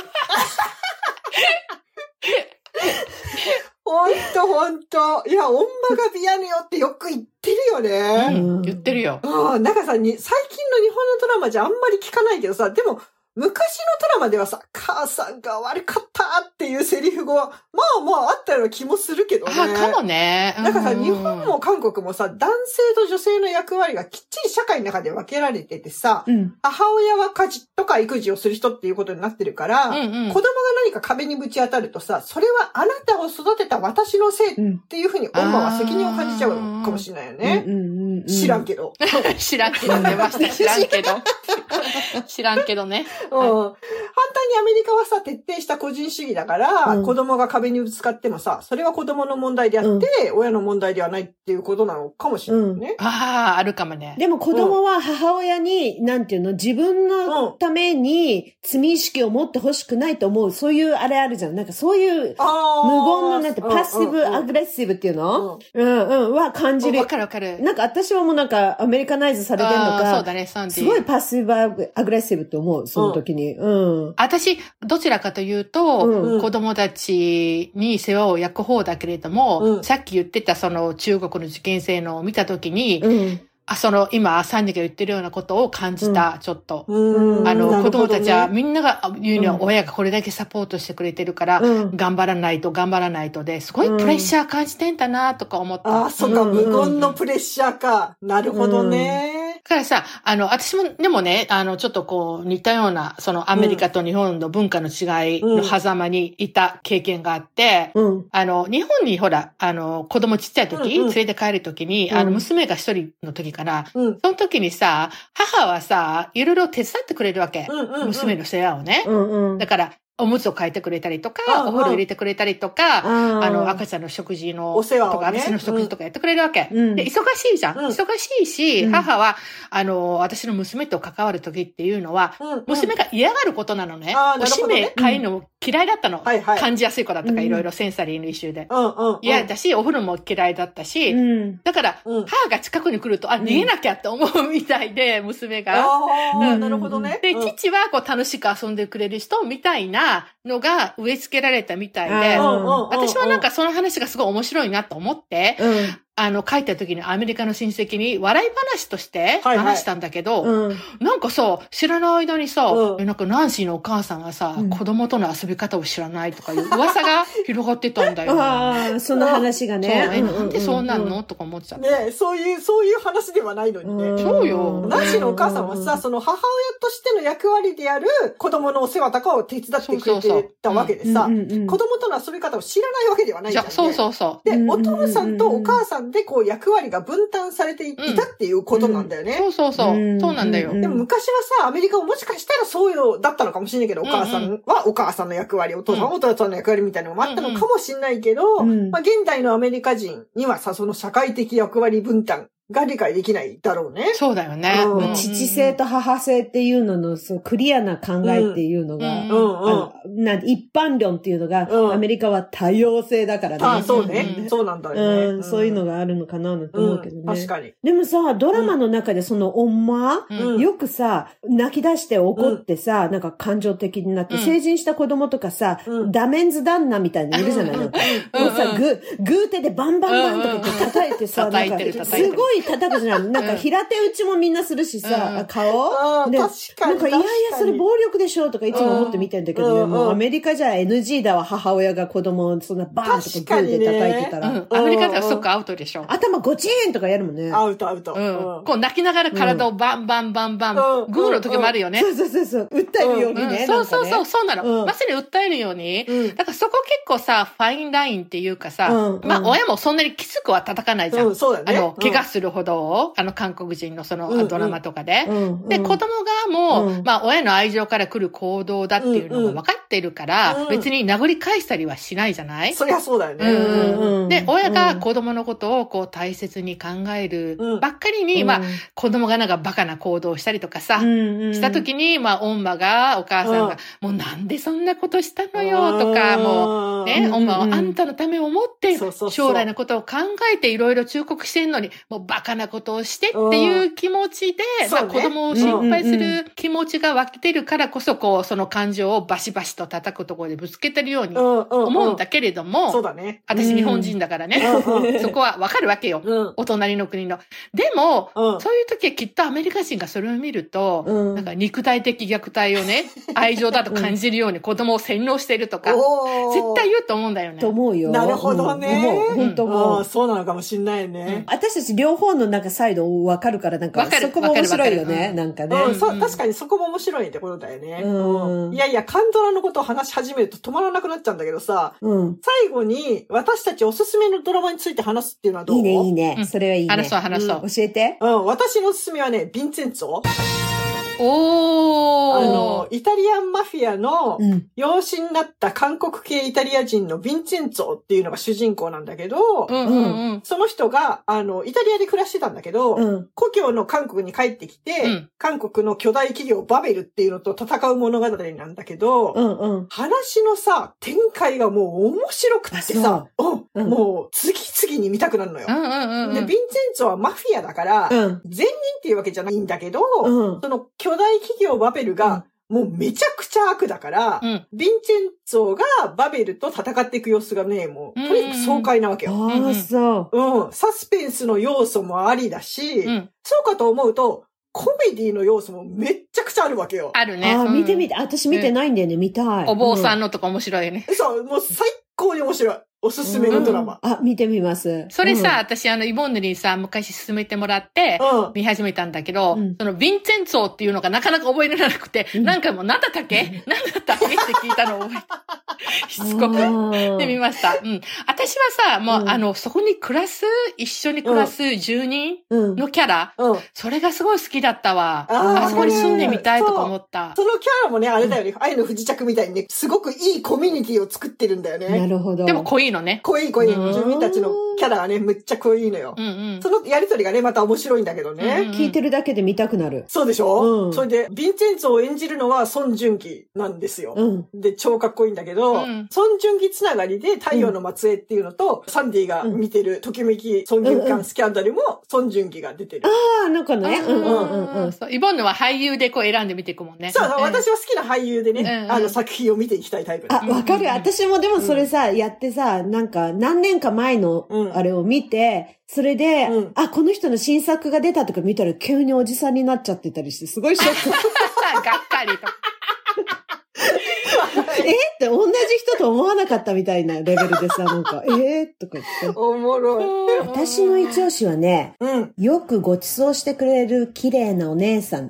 D: ほんとほんと。いや、女がビアネよってよく言ってるよね。
A: うん、言ってるよ。
D: うん、なんかさ、に、最近の日本のドラマじゃあんまり聞かないけどさ、でも、昔のドラマではさ、母さんが悪かったっていうセリフが、まあまああったような気もするけど
A: あ
D: ね。
A: あ、かもね。
D: なんかさ、
A: う
D: 日本も韓国もさ、男性と女性の役割がきっちり社会の中で分けられててさ、
F: うん。
D: 母親は家事とか育児をする人っていうことになってるから、
A: うんうん
D: 子供が何か壁にぶち当たるとさ、それはあなたを育てた私のせいっていうふうに、女は責任を感じちゃうかもしれないよね。知らんけど。
A: 知らんけど、出 ました。知らんけど。知らんけどね。
D: うん。反対にアメリカはさ、徹底した個人主義だから、
F: うん
D: 子供が壁にぶつかってもさ、それは子供の問題であって、親の問題ではないっていうことなのかもしれないね。
A: ああ、あるかもね。
F: でも子供は母親に、なんていうの、自分のために罪意識を持ってほしくないと思う。そういうあれあるじゃん。なんかそういう
D: ああ
F: 無言のなんて、パッシブ、ア
D: あ
F: グレッシブっていうの
D: うん
F: うんうん、は感じる
A: わ。かるわかる。
F: なんか私はもうなんかアメリカナイズされてるの
A: あーそう
F: か、
A: だね、サンディ。
F: すごいパッシブアグレッシブと思う、その時に。うん。
A: 私、どちらかというと、
F: うん
A: 子供たちに世話を焼く方だけれども、
D: うん
A: さっき言ってたその中国の受験生のを見たときに、
F: うん。
A: あ、その今、サンジが言ってるようなことを感じた、ちょっと。
D: うん
A: あ
D: な
A: の、
D: る
A: 子
D: ほど
A: 供たちは
D: ね
A: みんなが言うには親がこれだけサポートしてくれてるから、
F: うん
A: 頑張らないと頑張らないとで、すごいプレッシャー感じてんだなとか思った。
D: ああ、そっか、
F: うん
D: 無言のプレッシャーか。なるほどね。
A: だからさ、あの、私も、でもね、あの、ちょっとこう、似たような、その、アメリカと日本の文化の違いの狭間にいた経験があって、
F: うん。
A: あの、日本にほら、あの、子供ちっちゃい時、
D: うんうん
A: 連れて帰る時に、あの、娘が一人の時かな、
D: うん。
A: その時にさ、母はさ、いろいろ手伝ってくれるわけ。
D: うんうんうん
A: 娘の世話をね。
F: うんうん
A: だ。から、おむつを変えてくれたりとか、
D: うんうん
A: お風呂入れてくれたりとか、
F: あ
A: あの、赤
F: ち
A: ちゃんの食事の、
D: お世話を
A: とか、
D: ね
A: 私の食事とかやってくれるわけ。
F: うん
A: で、忙しいじゃん。
D: うん
A: 忙しいし、
F: うん
A: 母は、あの、私の娘と関わる時っていうのは、
D: うんうん
A: 娘が嫌がることなのね。
D: あー
A: お
D: なる
A: し
D: ほどね
A: め買いのも嫌いだったの。
D: はいはい
A: 感じやすい子だったから、
F: うん
A: いろいろセンサリーの一周で。
D: うんうんうん。
A: 嫌だし、お風呂も嫌いだったし、
F: うん。
A: だから、
D: うん
A: 母が近くに来ると、あ、逃げなきゃって思うみたいで、娘が。
D: あ
F: う
D: あ、
F: ん
D: なるほどね。
A: で、
D: うん
A: 父はこう楽しく遊んでくれる人みたいなのが植え付けられたみたい
F: あ
A: で
F: ー、
A: 私はなん、かその話がすごい面白いなと思って、
F: うん。
A: あの、書いた時にアメリカの親戚に笑い話として
D: はいはい
A: 話したんだけど、
F: うん。
A: なんかさ、知らない間にさ、
D: うん
A: えなんかナンシーのお母さんがさ、
F: うん
A: 子供との遊び方を知らないとかいう噂が広がってたん だよ。
F: ああ、その話が
A: そう、
F: ね。
A: え、なんでそうなんのとか思っちゃ
D: う
A: っ
D: ん
A: て。
D: ねそういう、そういう話ではないのにね。
A: そうよ
D: ナンシーのお母さんはさ、、その母親としての役割である子供のお世話とかを手伝ってくれてたわけでさ、子供との遊び方を知らないわけではない
A: じ
D: じゃ
A: ゃ
D: ん、ね。
A: そうそうそう。
D: で、
F: うん
D: お父さんとお母さんでこう役割が分担されていたっていうことなんだよね。
A: そうそうそう。
F: うん
A: そうなんだよ。
F: うん
D: でも昔はさ、アメリカももしかしたらそういうのだったのかもしれないけど、お母さ
A: うん
D: はお母さんの役割、お父さんはお父さんの役割みたいなのもあったのかもしれないけど、
F: うん
D: まあ現代のアメリカ人にはさ、その社会的役割分担が理解できないだろうね。
A: そうだよね。
D: うん
E: 父性と母性っていうのの、そう、クリアな考えっていうのが、
A: うん
D: うんうん
E: あの。なん一般論っていうのが、
D: うん
E: アメリカは多様性だからね。
D: あそう
A: う
D: ね。
A: ん
D: そうなんだよね。
E: うん、そういうの
D: が
E: があるのかななんて思うけどね。
D: 確かに。
E: でもさ、ドラマの中でその女、
A: うん
D: うん
E: よくさ、泣き出して怒ってさ、なんか感情的になって、
A: うん
E: 成人した子供とかさ、
D: うん
E: ダメンズ旦那みたいにいるじゃないの。もうさ、グー、グー手でバンバンバンとか言って叩いてさ、
A: うんうんうん
E: なん
A: 叩いて
E: か、
A: る
E: す
A: 叩いてる
E: ごい叩くじゃん。なん
A: う
E: か
A: ん
E: 平手打ちもみんなするし
A: うんう
E: さ、
A: ん
E: 顔、
D: ああ、
E: ね
D: 確か
E: な
D: に。
E: んか、いやいや、それ
D: 確
E: 暴力でしょとかいつも思って見てんだけどね、
D: うん
E: も
D: うん
E: うアメリカじゃ NG だわ、母親が子供をそんなバーンとかグーで叩いてたら、
A: うんアメリカではそっかアウトでしょ。
E: 頭ゴチーンとかやるもんね。
D: アウトアウト。
A: うん。こう泣きながら体をバンバンバンバ
D: うん
A: ン、グーの時もあるよね。
E: そうそうそうそう。訴えるようにね。
A: うんそうそうそう、そうな
E: うん
A: の。まさに訴えるように。
E: うん
A: だからそこ結構さ、ファインラインっていうかさ、
E: うん
A: まあ
E: うん
A: 親もそんなにきつくは叩かないじゃん。
D: うん、そうだ
A: あ
D: ね。
A: の、怪我
D: す
A: するほどを、あの韓国人のその、
D: うん
A: ドラマとかで。
E: うん。
A: で、子供側も、
E: うん
A: まあ、親の愛情から来る行動だっていうのが分かってるから、
D: うんうん
A: 別に殴り返したりはしないじゃない、
D: そりゃそうだよね。
A: うん
E: うんうん
A: で、親が子供のことをこう大切に考える
D: うん
A: ばっかりに、まあ、子供がなんかバカな行動をしたりとかさ、した時に、まあ、オンマが、お母さんが、もうなんでそんなことしたのよ、とか、もう、
D: も
A: ね、
E: うん
A: オンマはあんたのためを思って
D: そうそうそう、
A: 将来のことを考えていろいろ忠告してんのに、もうバカなことをしてっていう気持ちで、
D: うん
A: まあ
D: そうね
A: 子供を心配す
E: うん
A: る気持ちが湧きてるからこそ、こう、その感情をバシバシと叩くところでぶつけてるように思うんだけれども、
D: そうだね。
A: 私日本人だからね、 そこはわかるわけよ。
D: うん。
A: お隣の国の。でも、
D: うん。
A: そういう時はきっとアメリカ人がそれを見ると、
E: うん
A: なんか肉体的虐待をね、愛情だと感じるように子供を洗脳してるとか、
D: お
A: 絶対言うと思うんだよね。
E: と思うよ。
D: なるほどね
E: うん思う本当
D: あ
E: も
D: あ、
E: う。
D: そうなのかもしんないね。
E: 私たち両方のなんかサイドを分かるから、なんか
A: 分かる
E: そこも面白いよね。
A: 分
E: なんか
D: う
E: ね。
D: ん、
A: ん
D: そううん確かにそこも面白いってことだよね。
E: うん
D: うんいやいや、カンドラのことを話し始めると止まらなくなっちゃうんだけどさ、
E: うん。
D: 最後に私たちおすすめのドラマについて話すっていうのはどう
E: いいね、いいうね。
A: ん
E: それはいいね。
A: 話そう話そう。
E: 教えて。
D: うん、私のおすすめはね、ヴィンチェンツォ。
A: おー
D: あの、イタリアンマフィアの
E: うん。
D: 養子になった韓国系イタリア人のヴィンチェンツォっていうのが主人公なんだけど、
A: うんうんうん。
D: その人が、あの、イタリアで暮らしてたんだけど、
E: うん。
D: 故郷の韓国に帰ってきて、
A: うん
D: 韓国の巨大企業バベルっていうのと戦う物語なんだけど、
E: うん。うん。
D: 話のさ、展開がもう面白くってさ、
E: う
D: うん
E: うん
D: もう次々に見たくなるのよ。
A: うんうんうん
D: で、ヴィンチェンツォはマフィアだから、
E: う
D: 善人っ
E: ん。
D: ていうわけじゃないんだけど、
E: うん。
D: その巨大企業バベルが、もうめちゃくちゃ悪だから、
A: うん
D: ヴィンチェンツォがバベルと戦っていく様子がね、もう、とにかく爽快なわけよ。
A: うん
E: あ
A: う
E: あ、
A: ん
E: そう。
D: うん。サスペンスの要素もありだし、
A: うん
D: そうかと思うと、コメディの要素もめっちゃくちゃあるわけよ。
A: あるね。
E: ああ、
A: うん
E: 見てみて。私見てないんだよね。見たい。
A: お坊さ
E: うん
A: のとか面白いよね。
D: そう、もう最高に面白い。おすすめのドラマ。
E: んあ、見てみます。
A: それさ、私あの、イボンヌにさ、昔勧めてもらって、
D: うん。
A: 見始めたんだけど、
E: うん
A: そのヴィンチェンツォっていうのがなかなか覚えられなくて、
E: うん
A: 何回も何だったっけ何だったっけって聞いたのを覚え た。し
E: うん、
A: つこく。
E: く
A: で見ました。うん。私はさ、もう、
E: うん
A: あの、そこに暮らす、一緒に暮らす住人
E: うん。
A: のキャラ、
D: うん。
A: それがすごい好きだったわ。
D: あ
A: あ
E: ー
A: そこに住んでみたいとか思った。
D: そのキャラもね、あれだよね、愛の不時着みたいにね、すごくいいコミュニティを作ってるんだよ
E: な
D: ね。
E: るほど。
A: でも濃いのね。
D: 濃い濃い、
A: うん
D: 住民たちのキャラがね、むっちゃ濃いのよ
A: う。んうん
D: そ。のやりとりがね、また面白いんだけどね。
A: うん
E: 聞いてるだけで見たくなる。
D: そうでしょ、
E: うん
D: それで、ヴィンチェンツォを演じるのは孫純喜なんですよ。
E: うん。
D: で、超かっこいいんだけど、
A: うん
D: 孫純喜つながりで太陽の末裔っていうのと、サンディが見てるときめき孫純喜間スキャンダルも孫純喜が出てる。
E: ああ、なんかね。うんうんうんうん。
A: そうイボンヌは俳優でこう選んでみていくもんね。
D: そうそう、
A: ん
D: 私は好きな俳優でね、
A: うん
D: あの作品を見ていきたいタイプ。
E: あ、わか
A: うん
E: る。私もでもそれさ、やってさ、なんか何年か前の
D: うん
E: あれを見て、それで
D: うん、
E: あ、この人の新作が出たとか見たら急におじさんになっちゃってたりして、すごいショック。
A: がっかりとか。
E: えって同じ人と思わなかったみたいなレベルでさ、なんか、えー、とか言っ て。
D: おもろい。
E: 私の一押しはね、
D: うん。
E: よくご馳走してくれる綺麗なお姉さん。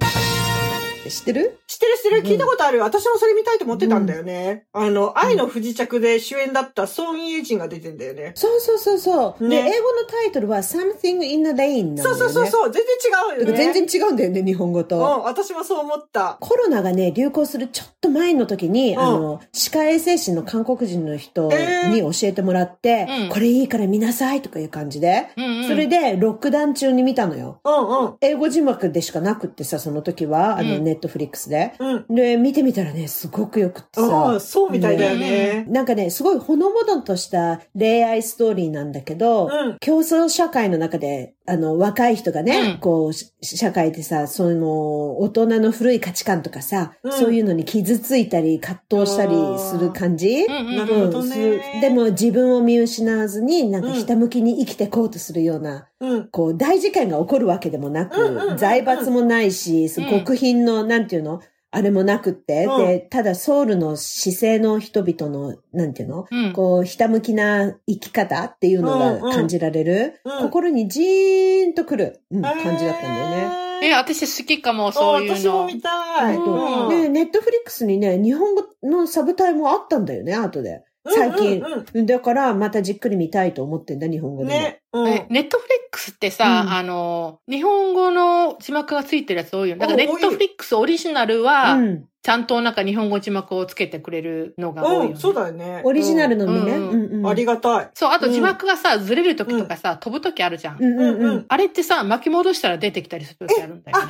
E: 知ってる
D: 知ってる知ってる、聞いたことある。私もそれ見たいと思ってたんだよね。あの、愛の不時着で主演だったソン・イエジンが出てんだよね。
E: そうそうそうそう。
D: ね
E: で、英語のタイトルは Something in the Rain なんだ
D: そ
E: よ
D: う
E: ね。
D: そうそうそう、全然違うよ
E: だ
D: ね。
E: から全然違うんだよね、日本語
D: うん、
E: と。
D: 私もそう思った。
E: コロナがね、流行するちょっと前の時に、
D: うん
E: あの、歯科衛生士の韓国人の人
D: えー
E: に教えてもらって、
A: うん
E: これいいから見なさいとかいう感じで、
A: うんうん
E: それでロックダウン中に見たのよ。
D: うんうん。
E: 英語字幕でしかなくってさ、その時は、あの、
A: うん
E: ネットフリックスで。
D: うん。
E: で、見てみたらね、すごくよくって
D: うん、
E: さ、
D: そうみたいだよね。
E: なんかね、すごいほのぼのとした恋愛ストーリーなんだけど、
D: うん。
E: 競争社会の中で、あの、若い人がね、
A: うん
E: こう、し社会でさ、その、大人の古い価値観とかさ、
D: うん
E: そういうのに傷ついたり、葛藤したりする感じ、
A: うんうん
D: なるほど
E: す
D: ね。
E: で、も自分を見失わずに、なんか
D: うん
E: ひたむきに生きてこうとするような、
D: うん。
E: こう、大事件が起こるわけでもなく、
D: うんうんうんうん
E: 財閥もないし、そう
A: うん
E: 極貧の、なんていうのあれもなくって、
D: うん
E: で、ただソウルの姿勢の人々の、なんていうの
A: うん
E: こう、ひたむきな生き方っていうの
D: うんう
E: が
D: ん
E: 感じられる、
D: うん
E: 心にじーんとくる、うん感じだったんだよね。
D: よ
A: え、私好きかも、
D: そ
A: そうういう
D: 私も
A: の。
D: 見たい。
A: うん
E: で、ネットフリックスにね、日本語のサブタイもあったんだよね、後で。最近
D: うんうん
E: だから、またじっくり見たいと思ってんだ、日本語
D: うん
E: でも。
D: ね。うん。
A: えネットフリックスってさ、
E: うん
A: あの、日本語の字幕がついてるやつ多いよね。だからネ
D: うん多
A: ッ
D: い
A: トフリックスオリジナルは、
E: うん。
A: ちゃんとなんか日本語字幕をつけてくれるのが多いよね、
D: うん、そうだよね。
E: オリジナルのみね。
A: うん
E: うんうん。
D: ありがたい。
A: そう、あと
D: うん
A: 字幕がさ、ずれる時とかさ、飛ぶ時あるじゃん。
E: うんうんうん。
A: あれってさ、巻き戻したら出てきたりする時あるんだよ、ね。
D: あ、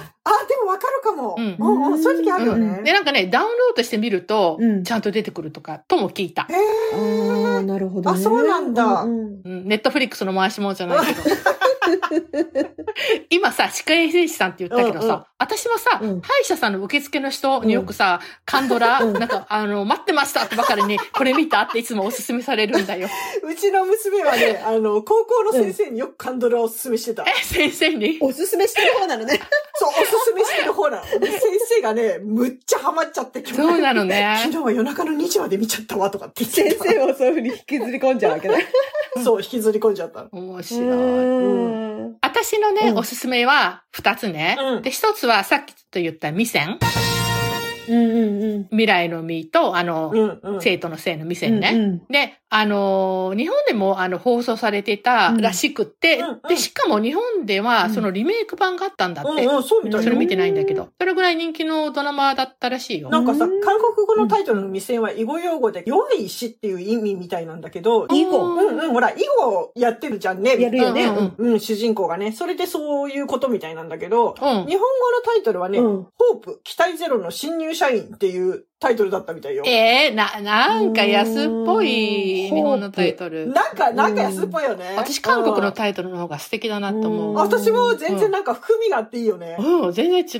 D: でもわかるかも。う
A: うんん、
D: うん、そういう時あるよ
E: うんう
A: で、
D: ね。
A: なんかね、ダウンロードしてみると、
E: うん
A: ちゃんと出てくるとか、とも聞いた
D: え。
E: ああ、なるほど、ね。
D: あそうなんだ
E: うんうん
A: うんネットフリックスの回し者じゃないけど。今さ、歯科衛生士さんって言ったけどさ、
D: うん
A: 私もさ、
E: うん
A: 歯医者さんの受付の人によくさ、カンドラ、なんか、あの、待ってましたってばかりに、これ見たっていつもおすすめされるんだよ。
D: うちの娘はね、あの、高校の先生によくカンドラをおすすめしてた。
A: え、先生に。
E: おすすめしてる方なのね。
D: そう、おすすめしてる方なの。で先生がね、むっちゃハマっちゃって、
A: そ
D: 昨
A: う
D: 日
A: なのね。
D: は夜中の2時まで見ちゃったわとかって言って
E: 先
D: た。
E: 生をそういうふうに引きずり込んじゃうわけだ。
D: そう、引きずり込んじゃったの。
A: 面白い。
E: うん。
A: 私のね、
E: うん
A: おすすめは二つね。
D: うん
A: で、一つはさっきちょっと言った未線。
E: うんうんうん。
A: 未来の未と、あの、
D: うん、うん。
A: 生徒の生の未
E: うん
A: 線ね。で、あのー日本でもあの放送されてたらしくって、
D: うんうん
A: で、しかも日本で
E: う
A: は
E: ん
A: そのリメイク版があったんだって。
D: うん、うん、そうみたい
A: そ
D: よ
A: れ見てないんだけど。それぐらい人気のドラマだったらしいよ。
D: なんかさ、
E: うん
D: 韓国語のタイトルの未線は、囲碁用語で、弱い石っていう意味みたいなんだけど、
A: 囲
D: う
A: 碁
D: んうん、ほら、囲碁やってるじゃんね。
E: やるよね。
A: うんうんうん
D: うん、主人公がね。それでそういうことみたいなんだけど、
A: うん。
D: 日本語のタイトルはね、
E: うん
D: ホープ、期待ゼロの新入社員っていうタイトルだったみたいよ。
A: えー、な、なんか安っぽ
E: うーん
A: い日本のタイトル。
D: なんか、なんか安っぽいよね。
A: 私韓国の
D: イ
A: タイトルの方が素敵だなと
E: う
A: 思
E: ん
A: う
E: あ。
D: 私も全然なんか含みがあっていいよね。
A: うん、全然違う。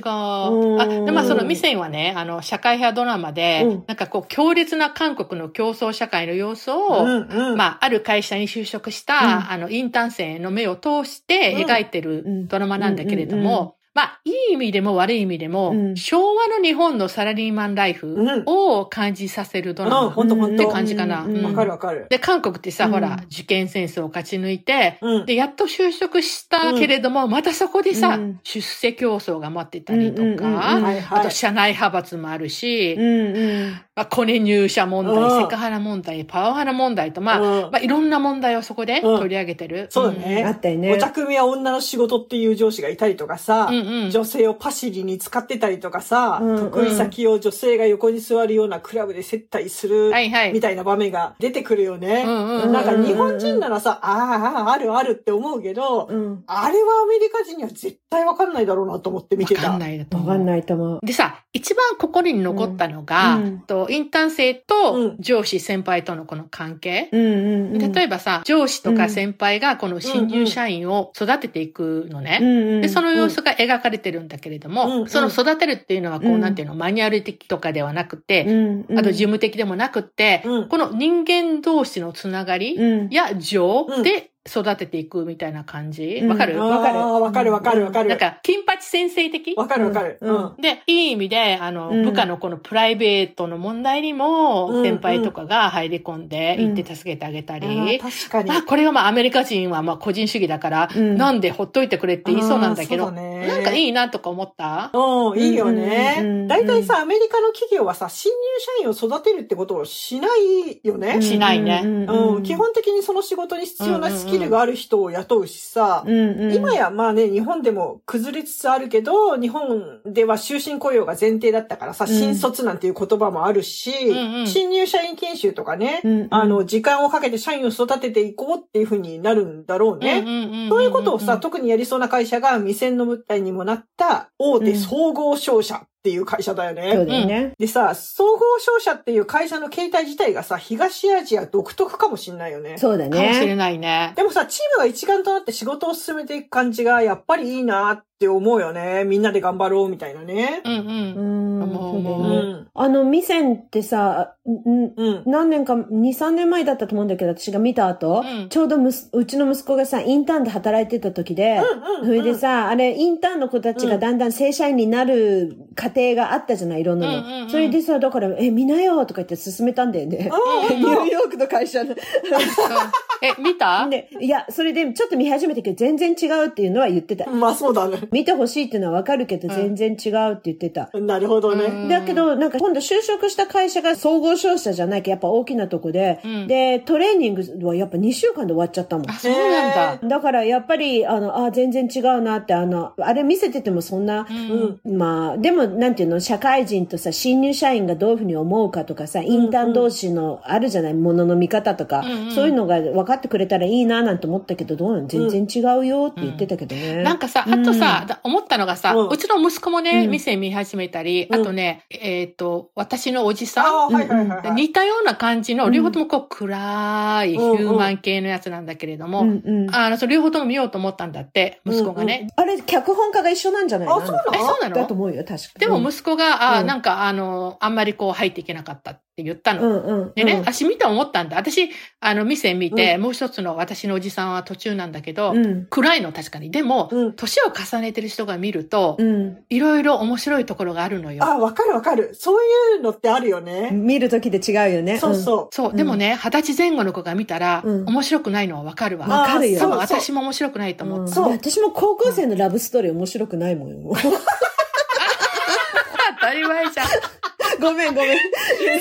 E: ん
A: あ、で、まあそのミセンはね、あの、社会派ドラマで、
E: うん
A: なんかこう、強烈な韓国の競争社会の様子
D: う
A: を、
D: んうん。
A: まあ、ある会社に就職した、
E: ん
A: あの、インターン生の目を通して
D: うん
A: 描いてるドラマなんだけれども、
E: うんうんうんう
A: まあ、いい意味でも悪い意味でも、
E: うん
A: 昭和の日本のサラリーマンライ
D: う
A: フ
D: ん。
A: を感じさせるドラマ。
D: うんほんとほんと
A: って感じかなうん
D: わかるわかる。
A: で、韓国ってさ、
E: うん
A: ほら、受験戦争を勝ち抜いて、
D: うん。
A: で、やっと就職したけれども、またそこでさ、
E: うん
A: 出世競争が待ってたりと
E: うんうん
A: か、
E: うんうん
D: はいは
A: あ
D: い
A: と、。社内派閥もあるし、
E: うんうん。
A: まあ、コネ入社問
D: うん
A: 題、セクハラ問題、パワハラ問題と、まあ、
D: うん
A: まあ、いろんな問題をそこで
D: うん
A: 取り上げてる。
D: そうだね
E: あったよ
D: お
E: ね。
D: 茶組は女の仕事っていう上司がいたりとかさ
A: う、んうん。
D: 女性をパシリに使ってたりとかさ、
E: うん
D: 得意先を女性が横に座るようなクラブで接待する
A: はいはい。
D: みたいな場面が出てくるよね。
A: うんうん
E: うん
D: なんか日本人ならさ、ああ、あるあるって思うけど、
E: うん。
D: あれはアメリカ人には絶対わかんないだろうなと思って見て
A: わ
D: た。
A: かんないだと
E: わ
A: 思う
E: かんないと思う。
A: でさ、一番心に残ったのが、
E: うんうん
A: とインターン生
D: うん
A: と上司先輩とのこの関係。
E: うんうんうん。
A: 例え
E: ば、
A: ばさ、上司とか先輩がこの新入社員を育てていくのね。
E: うんうん、
A: で、その様子が描かれてるんだけれど
D: うん
A: も、
D: うん
A: その育てるっていうのはこう、
E: うん
A: なんていうの、マニュアル的とかではなくて、
E: うんうん、
A: あと事務的でもなくって、
D: うん
A: この人間同士のつながり
E: うん
A: や情
D: うん
A: で育てていくみたいな感じわかる、
D: わかる。わかるわかるわかる。
A: なんか、金八先生的
D: わかるわかる。うん。
A: で、いい意味で、あの、
D: うん
A: 部下のこのプライベートの問題にも、
D: うん
A: 先輩とかが入り込んで、
D: うん
A: 行って助けてあげたり。
D: あー確かに
A: まあ、。これはまあ、アメリカ人はまあ、個人主義だから、
D: うん
A: なんでほっといてくれって言いそうなんだけ
D: あ
A: ど、
D: ーそうだね
A: なんかいいなとか思った
D: うん、いいよ
E: うんうんうんう
D: ね。
E: ん
D: 大体さ、アメリカの企業はさ、新入社員を育てるってことをしないよね。
A: しないね
D: うん、基本的にその仕事に必要なスキルがある人を雇うしさ、今やまあね、日本でも崩れつつあるけど、日本では終身雇用が前提だったからさ、
E: ん
D: 新卒なんていう言葉もあるし、
A: んうん
D: 新入社員研修とかね、
E: うんうん
D: あの、時間をかけて社員を育てていこうっていうふうになるんだろうね。そういうことをさ、、特にやりそうな会社が未然の舞台にもなった大手総合商社っていう会社だよね。
E: そうだよね。
D: でさ、総合商社っていう会社の形態自体がさ、東アジア独特かもしんないよね。
E: そうだ
A: うんうんうんかもしれ
E: ね。
A: ないね。
D: でもさ、チームが一丸となって仕事を進めていく感じが、やっぱりいいなって思うよね。みんなで頑張ろうみたいなね。
A: うん
E: う
A: うん。
E: ん、
A: 思う
E: そうだ
D: う
A: 思
E: よね。
D: ん。
E: あの、ミセンってさ、ん
D: うん。
E: 何年か、2、3年前だったと思うんだけど、私が見た後、
A: うん
E: ちょうどむすうちの息子がさ、インターンで働いてた時
D: うん
E: で、
D: うん
E: それでさ、あれ、インターンの子たちがだんだん正社員になる過程があったじゃない、いろんなの。
A: うんうんうん
E: それでさ、だから、え、見なよとか言って進めたんだよね。ニューヨークの会社の。
A: え、見た
E: で、いや、それでちょっと見始めたけど、全然違うっていうのは言ってた。
D: まあそうだね。
E: 見てほしいっていうのはわかるけど、
A: うん
E: 全然違うって言ってた。
D: なるほど
A: うん
D: ね。
E: だけど、なんか今度就職した会社が総合商社じゃないけど、やっぱ大きなとこで、
A: うん
E: で、トレーニングはやっぱ2週間で終わっちゃったもん
A: あ、。そうなんだ。
E: だからやっぱり、あの、あ、全然違うなって、あの、あれ見せててもそんな、
D: うん。
E: まあ、でも、なんていうの、社会人とさ、新入社員がどういうふうに思うかとかさ、インターン同士のあるじゃない、ものの見方とか、
A: うんうん
E: そういうのが分かってくれたらいいななんて思ったけど、どうなの全然違うよって言ってたけどね。
A: なんかさ、あとさ、だ思ったのがさ、
D: うん
A: うちの息子もね、
E: うん
A: 店見始めたり、
D: うん
A: あとね、えっ、と、私のおじさん
D: ああー、はいはいはい
A: で
D: はい。
A: 似たような感じの、
E: うん
A: 両方ともこう暗いヒ
D: うんうん
A: ューマン系のやつなんだけれども、
E: うんうん、あ
A: あの、そう両方とも見ようと思ったんだって、息子がね。
E: れ、脚本家が一緒なんじゃない
D: あ、そう
A: え、そうな
E: だと
A: の
E: 思うよ、確か
A: でも息子が、あ
E: う
A: ー
E: ん
A: なんかあの、あんまりこう入っていけなかったって言ったの。
E: うんうん。
A: でね、
E: うん
A: 私見て思ったんだ。私、あの、店見て、もう一つの私のおじさんは途中なんだけど、
E: うん。
A: 暗いの確かに。でも、
D: うん。
A: 年を重ねてる人が見ると、
E: うん。
A: いろいろ面白いところがあるのよ。
D: あ、わかるわかる。そういうのってあるよね。
E: 見るときで違うよね。
D: そう
E: う
D: そ
A: そう、でもね、二十歳前後の子が見たら、
E: うん
A: 面白くないのはわかるわ。
D: う。
E: わかるよ
D: あ
A: 多分
D: ーそうそう
A: 私も面白くないと
E: ん。
A: 思う。
E: うん
D: そう
E: 私も高校生のラブストーリー面白くないもんよ。
A: 当たり前 じゃん。
E: ごめん ごめん。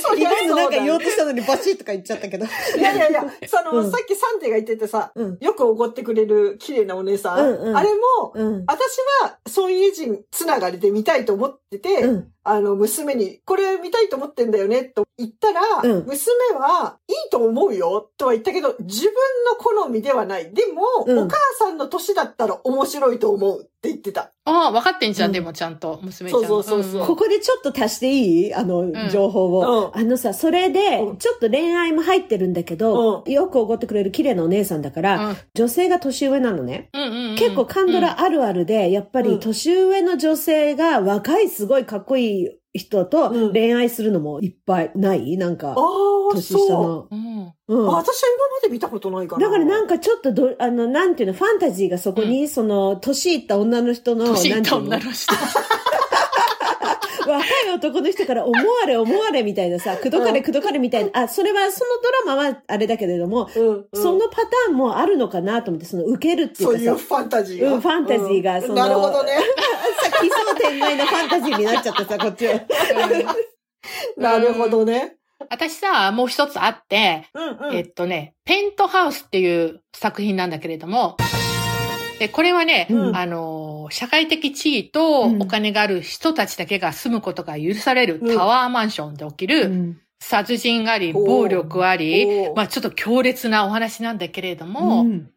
D: そりゃそうだね
E: 今のなんか言おうとしたのにバシッとか言っちゃったけど。
D: いやいやいや、その、
E: うん
D: さっきサンデーが言っててさ、
E: うん
D: よくおごってくれる綺麗なお姉さん。
E: うんうん
D: あれも、
E: うん。
D: 私はそういう人つながりで見たいと思ってて、
E: うん。
D: あの、娘に、これ見たいと思ってんだよね、と言ったら、
E: うん
D: 娘は、いいと思うよ、とは言ったけど、自分の好みではない。でも、
E: うん
D: お母さんの年だったら面白いと思うって言ってた。
A: ああ、分かってんじゃん、
E: うん
A: でもちゃんと、娘ちゃん。
D: そうそうそうそうん
E: ここでちょっと足していいあの、
A: ん
E: 情報を、
D: う
E: あのさ、それで
D: うん、
E: ちょっと恋愛も入ってるんだけど、
D: う
E: よくおごってくれる綺麗なお姉さんだから、女性が年上なのね。
A: うんうんうんうん
E: 結構カンドラあるあるで、やっぱ
D: うん
E: り年上の女性が若いすごいかっこいい人と
D: うん
E: 恋愛するのもいっぱいないなんか
D: あ、あ、
E: 年下
D: そう。
E: の。
A: うん。
E: うん
D: あ私は今まで見たことないから。
E: だからなん
D: か、
E: かちょっとど、あの、なんていうの、ファンタジーがそこに、その、年いった女の人の、
A: 年いった
E: な
A: 女
E: んていう
A: の人。
E: の若い男の人から思われ思われみたいなさ、口説かれ口説かれみたいな、あ、それは、そのドラマはあれだけれども、
D: うんうん
E: そのパターンもあるのかなと思って、その、受けるってい
D: そういうう
E: かさ、
D: ファンタジーが。
E: うんファンタジーがその
D: なるほどね。
E: さ奇想天外なファンタジーになっちゃっ たさ、こっちは。
A: ん
D: なるほどね。
A: 私さ、もう一つあって、
D: うんうん。
A: えっとね、ペントハウスっていう作品なんだけれども、で、これはね、
E: うん
A: あのー、社会的地位と
E: うん
A: お金がある人たちだけが住むことが許されるタワーマンションで起きる、殺人あり、
D: おー
A: 暴力あり
D: お、ー
A: まあちょっと強烈なお話なんだけれども、
E: うん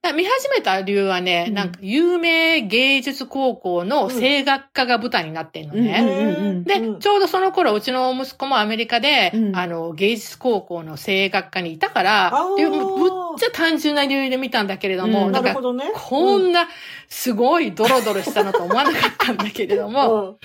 A: だから見始めた理由はね、なんか有名芸術高校の声楽科が舞台になってんのね。で、ちょうどその頃、うちの息子もアメリカで、
E: うん
A: あの、芸術高校の声楽科にいたから、
D: あー
A: っていうぶっちゃ単純な理由で見たんだけれども、
E: うん
A: な
D: なんる
A: か
D: ほ、どね。
A: こんなすごいドロドロしたのと思わなかったんだけれども、
D: うん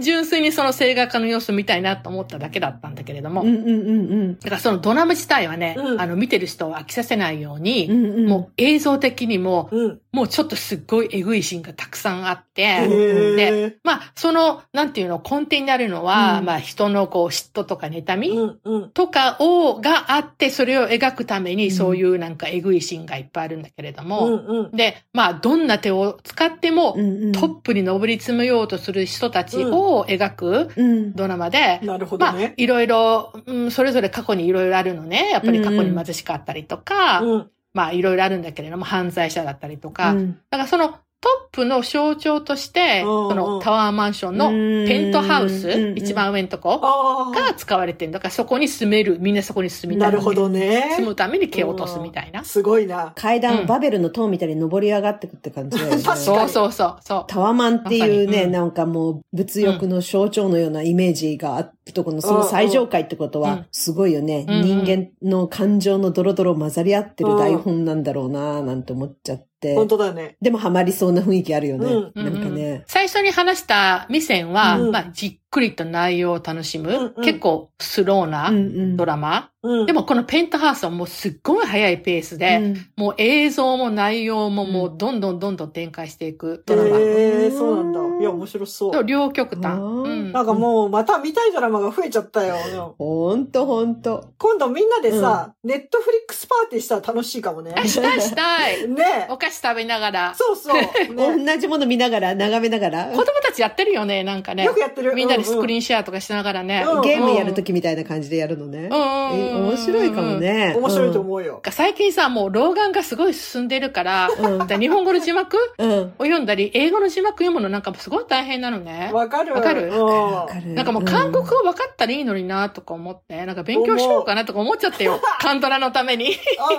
A: 純粋にその声楽家の様子見たいなと思っただけだったんだけれども、
E: うんうんうん
A: だからそのドラム自体はね、
D: うん
A: あの見てる人を飽きさせないよう
E: う
A: に、
E: んうん。
A: もう映像的にも、
D: うん。
A: もうちょっとすっごいエグいシーンがたくさんあって、
D: へー
A: まあその、なんていうの、根底になるのは、
E: うん
A: まあ人のこう嫉妬とか妬み、
D: うんうん。
A: とかを、があって、それを描くため
E: うん
A: に、そういうなんかエグいシーンがいっぱいあるんだけれど
D: う
A: も、
D: んうん。
A: で、まあ、どんな手を使っても、
E: うんうん、
A: トップに上り詰めようとする人たちを描く
E: うん。
A: ドラマで、
D: なるほど
A: まあ
D: ね、。
A: いろいろ、うん、それぞれ過去にいろいろあるのね。やっぱり過去に貧しかったりとか、
D: うん
A: まあいろいろあるんだけれども、犯罪者だったりとか、
E: うん
A: だからそのトップの象徴として、
D: うんうん
A: そのタワーマンションのペントハウス、
E: うん
A: 一番上のとこ
D: あ
A: が使われてる。だからそこに住める、みんなそこに住
D: あ。
A: みたい
D: な
A: わけ。
D: るほどね。
A: 住むために毛を落とすみたいな。
D: すごいな。
E: 階段
A: う
E: を
A: ん
E: バベルの塔みたいに登り上がってくって感じだ よね。
D: 確かに
A: そうそうそうそう。
E: タワマンっていう
A: まさに
E: ね、
A: うん
E: なんかもう物欲の象徴のようなイメージがあってとこのその最上階ってこと
A: うんうん
E: はすごいよね。
A: うんうん
E: 人間の感情のドロドロ混ざり合ってる台本なんだろうなぁなんて思っちゃって。
D: 本当だね。
E: でもハマりそうな雰囲気あるよね。
D: うん
A: うん
E: な
A: うん
E: んかね。
A: 最初に話した未線は、
D: うん
A: まあ、じっくりと内容を楽しむ、
D: うんうん
A: 結構スローな
E: うんうん
A: ドラマ。
D: うん。
A: でもこのペントハウスはもうすっごい早いペースで、
E: うん
A: もう映像も内容ももうどんどんどんどん展開していくドラマ。
D: へえそうなんだ。いや、面白そ
A: と
D: う。
A: 両極端。
E: あー
A: うん
D: なんかもう、また見たいドラマが増えちゃったよ。でも
E: ほんとほんと。
D: 今度みんなでさ、ネットフリックスパーティーしたら楽しいかもね。
A: あ したいしたい。
D: ね
A: お菓子食べながら。
D: そうそう。ね
E: 同じもの見ながら、眺めながら
A: 子、供たちやってるよね、なんかね
D: よく。やってる。
A: みんなでスク
D: ーン。
A: リーンシェアとかしながらね。
D: うん
E: ゲームやるときみたいな感じでやるのね。
A: うんうんうん
E: え面白いかも。ね。
D: 面白いと思うよ。
A: なんか最近さ、もう老眼がすごい進んでるから、
E: うん。
A: だから日本語の字幕
E: うん。うん。
A: を読んだり、英語の字幕読むのなんかすごい大変なのね。
D: わかる。
A: わかる
D: わ
A: なんかもう韓国
E: 語
A: 語分かったらいいのになとか思って、なんか勉強しようかなとか思っちゃってよ。カンドラのため に。みん
D: あ、私も思う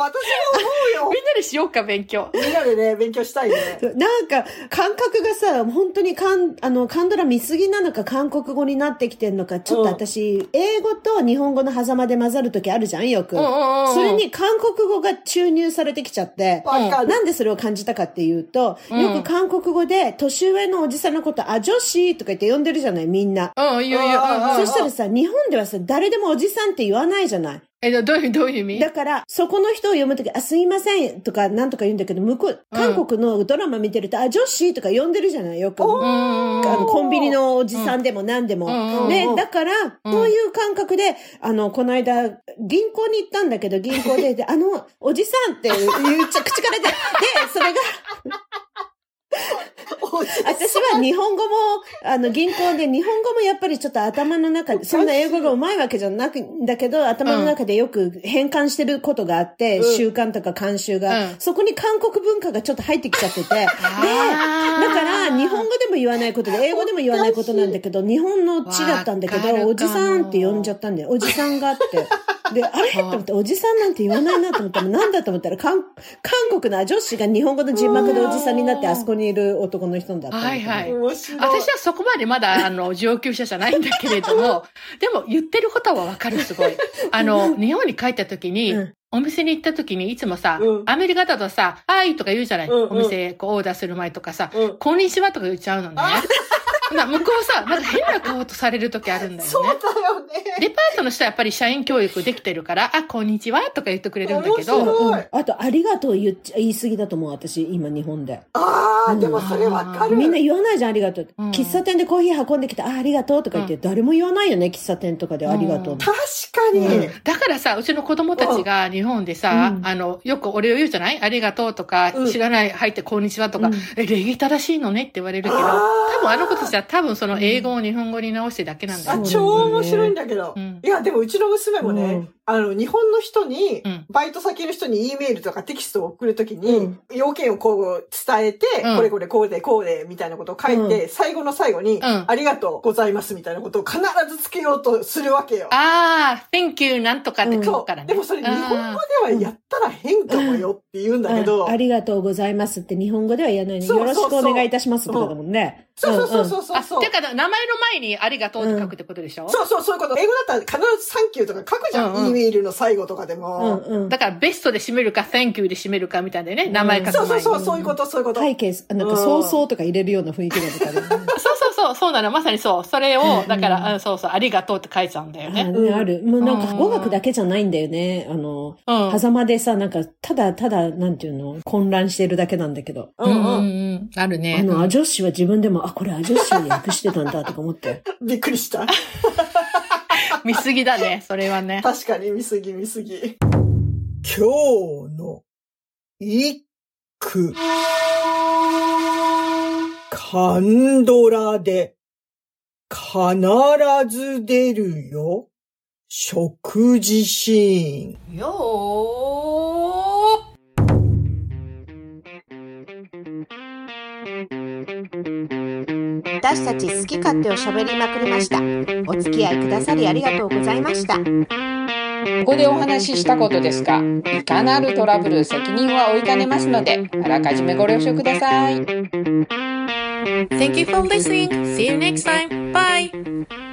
D: よ。
A: なでしようか、勉強。
D: みんなでね、勉強したいね。
E: なんか、感覚がさ、本当にかん、あの、カンドラ見すぎなのか、韓国語になってきてんのか、ちょっと私、英語と日本語の狭間で混ざるときあるじゃん、よく。そ
A: そ
E: れ、に韓国語が注入されてきちゃって、
D: わかる。
E: なんでそれを感じたかっていうと、
A: うん
E: よく韓国語で、年上のおじさんのこと、あ、女子とか言って呼んでるじゃない、みんな。
A: うん、いいよいいよ。うんうん
E: そしたらさ、日本ではさ、誰でもおじさんって言わないじゃない。
A: え、どどういう、どういう意味
E: だから、そこの人を読むとき、あ、すいませんとか、なんとか言うんだけど、向こう、韓国のドラマ見てると、あ、女子とか呼んでるじゃないよく。
A: うんうん
E: あの、コンビニのおじさんでも何でも。
A: うん
E: ね
D: うん、
E: だから、
A: うん
E: そういう感覚で、あの、この間、銀行に行ったんだけど、銀行で、であの、おじさんって言っちゃ、口から出て、で、それが、私は日本語も、あの、銀行で、日本語もやっぱりちょっと頭の中で、そんな英語がうまいわけじゃなく、だけど、頭の中でよく変換してることがあっ
D: う
E: て、
D: ん
E: 習慣とか慣習が、
A: うん
E: そこに韓国文化がちょっと入ってきちゃってて、で、だから、日本語でも言わないことで、英語でも言わないことなんだけど、日本の地だったんだけ
A: わかるか
E: ど、
A: も
E: おじさんって呼んじゃったんだよ。おじさんがあ って。で、あれと思って、おじさんなんて言わないなと思ったら、なんだと思ったら、韓韓国の女子が日本語の字幕でおじさんになって、あそこにいる男の人だったんだけど。
A: はいはい
D: 面白い。
A: 私はそこまでまだ、あの、上級者じゃないんだけれど も、でも言ってることはわかる、すごい。あの、日本に帰った時に、
E: うん
A: お店に行った時にいつもさ、
D: うん
A: アメリカだとさ、はいとか言うじゃない、
D: うんうん
A: お店こうオーダーする前とかさ、
D: うん
A: こんにちはとか言っちゃうのね。 な向こうさ、なんか変な顔とされる時あるんだ
D: そう
A: よ
D: だ
A: ね。
D: よね。
A: デパートの人はやっぱり社員教育できてるから、あ、こんにちはとか言ってくれるんだけ
D: 面白
A: ど、
D: い
E: うんあと、ありがとう言っちゃ言い過ぎだと思う、私、今、日本で。
D: ああ、でもそれわかる。
E: みんな言わないじゃん、ありがとうって。
A: うん
E: 喫茶店でコーヒー運んできて、あ、ありがとうとか言って、誰も言わないよね、喫茶店とかでありがとう。
A: うん
D: 確かに。
E: うん
A: だからさ、うちの子供たちが日本でさ
E: う、ん
A: あの、よく俺を言うじゃないありがとうとか
D: う、ん
A: 知らない、入ってこんにちはとか
E: うん、
A: え、礼儀正しいのねって言われるけど、多
D: あー
A: 分あの子たちは多分その英語を日本語に直してだけなんだ
D: あ、
A: よ。
D: 超面白いんだけど
A: うん。
D: いや、でもうちの娘も
E: う
D: ね
E: ん、
D: あの、日本の人に
A: うん、
D: バイト先の人に E メールとかテキストを送るとき
E: う
D: に
E: ん、
D: 要件をこう伝えて、
A: うん
D: これこれこうでこうでみたいなことを書いて、最後の最後に、
A: ん
D: ありがとうございますみたいなことを必ずつけようとするわけよ。
A: ああ、thank you なんとかって書
D: そ
A: くから
D: う。
A: ね。
D: でもそれ日本語で
A: あ
D: はやったら変かもよって言うんだけど
E: あ、ありがとうございますって日本語では言わないのに、
D: そう
E: よ
D: そ
E: ろ
D: うそう
E: しくお願いいたしますってことだもんね。
D: そうそう
E: う
D: そう
A: ー
D: そう
A: あ、
D: そう
A: て。か、名前の前にありがとうって書くってことでしょ、
D: そうそう、そういうこと。英語だったら必ずサンキューとか書くじゃん。
A: うんうん
D: E メールの最後とかで
E: んうん。
D: も。
E: うんうん。
A: だから、ベストで締めるか、thank you で締めるかみたいでね、名前書く前
D: そう
A: に。
D: そうそう、そういうこと、そういうこと。
E: 背景、なんか、そうそうとか入れるような雰囲気だったからね。
A: そうそうそう、そうなの、まさにそう。それを、だか
E: うん
A: ら、うん、そうそう、ありがとうって書いちゃうん だよ
E: あ
A: ね。
E: るある。もうなん
A: う
E: か
A: ん
E: 語学だけじゃないんだよね。あの、
A: うん。
E: 狭間でさ、なんか、ただただ、なんていうの、混乱してるだけなんだけど。
A: う
D: う
A: んうんん
D: う
A: うん。ある
E: あ
A: ね。
E: の、
A: うん
E: アジョッシュは自分でも、あ、これアジョッシュに訳してたんだとか思って。
D: ん。びっくりした。
A: 見すぎだ ね、それはね。
D: 確かに見すぎ見すぎ。今日の一句。カンドラで必ず出るよ。食事シーン。
A: よ
G: 私たち好き勝手を喋りまくりましたお付き合いくださりありがとうございました
H: ここでお話ししたことですが、いかなるトラブル責任は負いかねますので、あらかじめご了承ください。
I: Thank you for listening. See you next time. Bye.